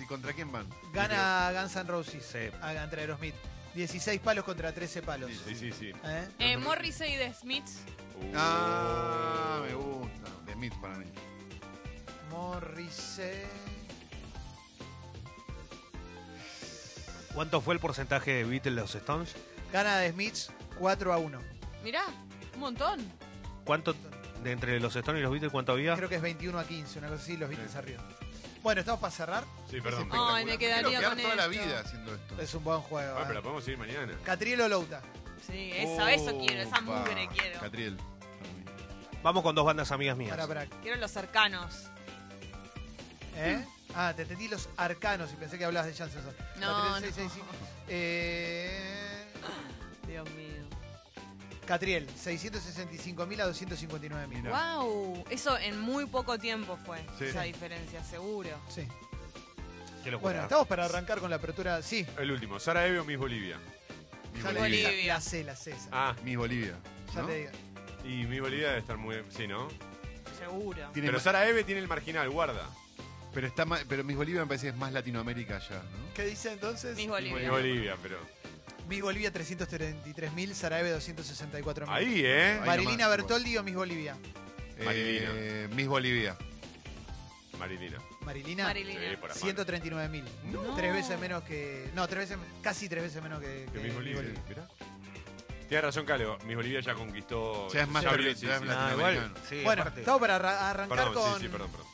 Speaker 3: ¿Y contra quién van?
Speaker 4: Gana Guns N' Roses
Speaker 7: Sí.
Speaker 4: ah, contra Aerosmith. 16 palos contra 13 palos.
Speaker 1: Sí, sí, sí.
Speaker 4: ¿Eh?
Speaker 2: Eh, Morrissey de Smith.
Speaker 1: Uh.
Speaker 3: Ah, me gusta. De Smith para mí.
Speaker 4: Morrissey.
Speaker 7: ¿Cuánto fue el porcentaje de Beatles los Stones?
Speaker 4: Gana de Smiths 4 a 1.
Speaker 2: Mirá, un montón.
Speaker 7: ¿Cuánto de entre los Stones y los Beatles cuánto había?
Speaker 4: Creo que es 21 a 15, una cosa así, los Beatles arriba. Bueno, estamos para cerrar.
Speaker 1: Sí, perdón.
Speaker 3: Es espectacular.
Speaker 2: Ay, me quedaría
Speaker 3: Quiero quedar
Speaker 2: con
Speaker 3: toda la
Speaker 2: esto.
Speaker 3: vida haciendo esto.
Speaker 4: Es un buen juego.
Speaker 1: Ah,
Speaker 4: ¿eh?
Speaker 1: pero la podemos seguir mañana.
Speaker 4: Catriel o Louta.
Speaker 2: Sí, eso, eso quiero, esa
Speaker 3: Opa.
Speaker 2: mugre quiero.
Speaker 3: Catriel. para mí.
Speaker 7: Vamos con dos bandas amigas mías.
Speaker 4: Para, para.
Speaker 2: Quiero los cercanos.
Speaker 4: ¿Eh? Ah, te entendí los arcanos y pensé que hablabas de Janssen.
Speaker 2: No, no.
Speaker 4: Eh,
Speaker 2: Dios mío.
Speaker 4: Catriel, 665.000 a 259.000.
Speaker 2: Wow, eso en muy poco tiempo fue
Speaker 1: Sí.
Speaker 2: esa diferencia, seguro.
Speaker 4: Sí.
Speaker 7: Qué locura.
Speaker 4: Bueno, estamos para arrancar con la apertura. Sí,
Speaker 1: El último. Sara Eve o Miss Bolivia.
Speaker 3: Miss
Speaker 4: ya te
Speaker 2: Bolivia.
Speaker 4: digo, La C, la C. esa.
Speaker 1: Ah,
Speaker 3: Miss Bolivia.
Speaker 4: Ya
Speaker 3: ¿no?
Speaker 4: te digo.
Speaker 1: y Miss Bolivia debe estar muy... Sí, ¿no?
Speaker 2: Seguro.
Speaker 3: Tiene
Speaker 1: Pero
Speaker 3: ma-
Speaker 1: Sara Eve tiene el marginal, guarda.
Speaker 3: pero, está ma- pero Miss Bolivia me parece que es más Latinoamérica ya, ¿no?
Speaker 4: ¿Qué dice entonces?
Speaker 2: Mis
Speaker 4: Mis
Speaker 1: Miss
Speaker 2: Bolivia.
Speaker 1: Bolivia, pero...
Speaker 4: Bolivia 333.000, Sarajevo 264.000.
Speaker 1: Ahí, ¿eh?
Speaker 3: Ahí
Speaker 4: Marilina
Speaker 3: nomás,
Speaker 4: Bertoldi o Miss Bolivia.
Speaker 3: Eh, Miss Bolivia.
Speaker 1: Marilina.
Speaker 4: Marilina.
Speaker 2: Marilina.
Speaker 1: Sí, por afán.
Speaker 4: 139.000.
Speaker 2: No.
Speaker 4: Tres veces menos que. No, tres veces. Casi tres veces menos que.
Speaker 1: Que Miss Bolivia. Mirá. Tienes razón, Caleo. Mis Bolivia ya conquistó.
Speaker 3: Ya es más
Speaker 1: abrió,
Speaker 3: terrible, ya es
Speaker 7: Ah, igual,
Speaker 3: Latinoamericano.
Speaker 7: sí,
Speaker 4: bueno,
Speaker 7: aparte.
Speaker 4: estamos para arra- arrancar
Speaker 1: Perdón,
Speaker 4: con.
Speaker 1: sí, sí, perdón, perdón.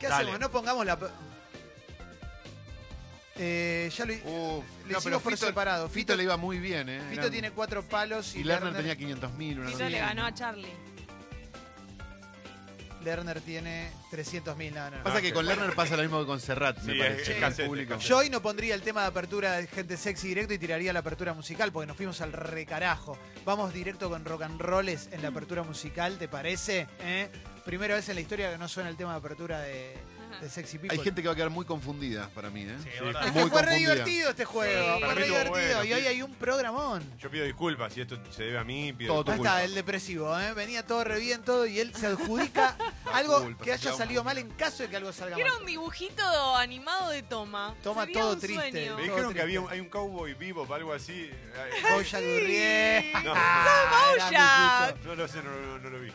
Speaker 4: ¿Qué
Speaker 7: Dale.
Speaker 4: hacemos? No pongamos la. Eh, ya lo. Le
Speaker 3: Uf, Uh, no,
Speaker 4: sigo
Speaker 3: pero
Speaker 4: por
Speaker 3: Fito,
Speaker 4: separado.
Speaker 3: Fito le iba muy bien, ¿eh?
Speaker 4: Fito
Speaker 3: Eran-
Speaker 4: tiene cuatro palos y,
Speaker 3: Y Lerner tenía 500 mil.
Speaker 2: Fito le ganó a Charlie.
Speaker 4: Lerner tiene 300.000. mil. No, no.
Speaker 3: Pasa que con Lerner pasa lo mismo que con Serrat, me
Speaker 1: Ah, Sí, es-
Speaker 3: parece.
Speaker 1: es
Speaker 3: en
Speaker 1: cassette, es
Speaker 3: público.
Speaker 1: cassette.
Speaker 4: Yo hoy no pondría el tema de apertura de gente sexy directo y tiraría la apertura musical porque nos fuimos al recarajo. Vamos directo con rock and rolls en la apertura musical, ¿te parece? ¿Eh? Primera vez en la historia que no suena el tema de apertura de,
Speaker 2: Ajá.
Speaker 4: de Sexy People.
Speaker 3: Hay gente que va a quedar muy confundida para mí, ¿eh?
Speaker 7: Sí,
Speaker 1: Sí.
Speaker 7: verdad.
Speaker 4: Es que
Speaker 3: muy
Speaker 4: fue re
Speaker 3: confundida.
Speaker 4: divertido este juego,
Speaker 2: Sí.
Speaker 4: fue
Speaker 2: Para
Speaker 4: re
Speaker 2: mí
Speaker 1: estuvo
Speaker 4: divertido
Speaker 1: bueno,
Speaker 4: y hoy
Speaker 1: sí.
Speaker 4: hay un programón.
Speaker 1: Yo pido disculpas si esto se debe a mí. Pido
Speaker 3: Todo tu
Speaker 4: Ahí
Speaker 1: disculpas.
Speaker 4: está, el depresivo, ¿eh? venía todo re bien, todo, y él se adjudica algo
Speaker 3: culpa,
Speaker 4: que haya
Speaker 3: digamos.
Speaker 4: salido mal en caso de que algo salga
Speaker 2: Quiero
Speaker 4: mal.
Speaker 2: un dibujito animado de Toma.
Speaker 4: Toma
Speaker 2: Sería
Speaker 4: todo
Speaker 2: un
Speaker 4: triste.
Speaker 2: sueño.
Speaker 1: Me
Speaker 4: Todo
Speaker 1: dijeron que
Speaker 4: triste.
Speaker 1: había un, hay un cowboy vivo o algo
Speaker 4: [laughs]
Speaker 1: así. Ay,
Speaker 4: Bojack Gurriel.
Speaker 1: No.
Speaker 4: Ah, era mi
Speaker 2: Bojack.
Speaker 4: gusto.
Speaker 1: No lo sé, no, no- no lo vi.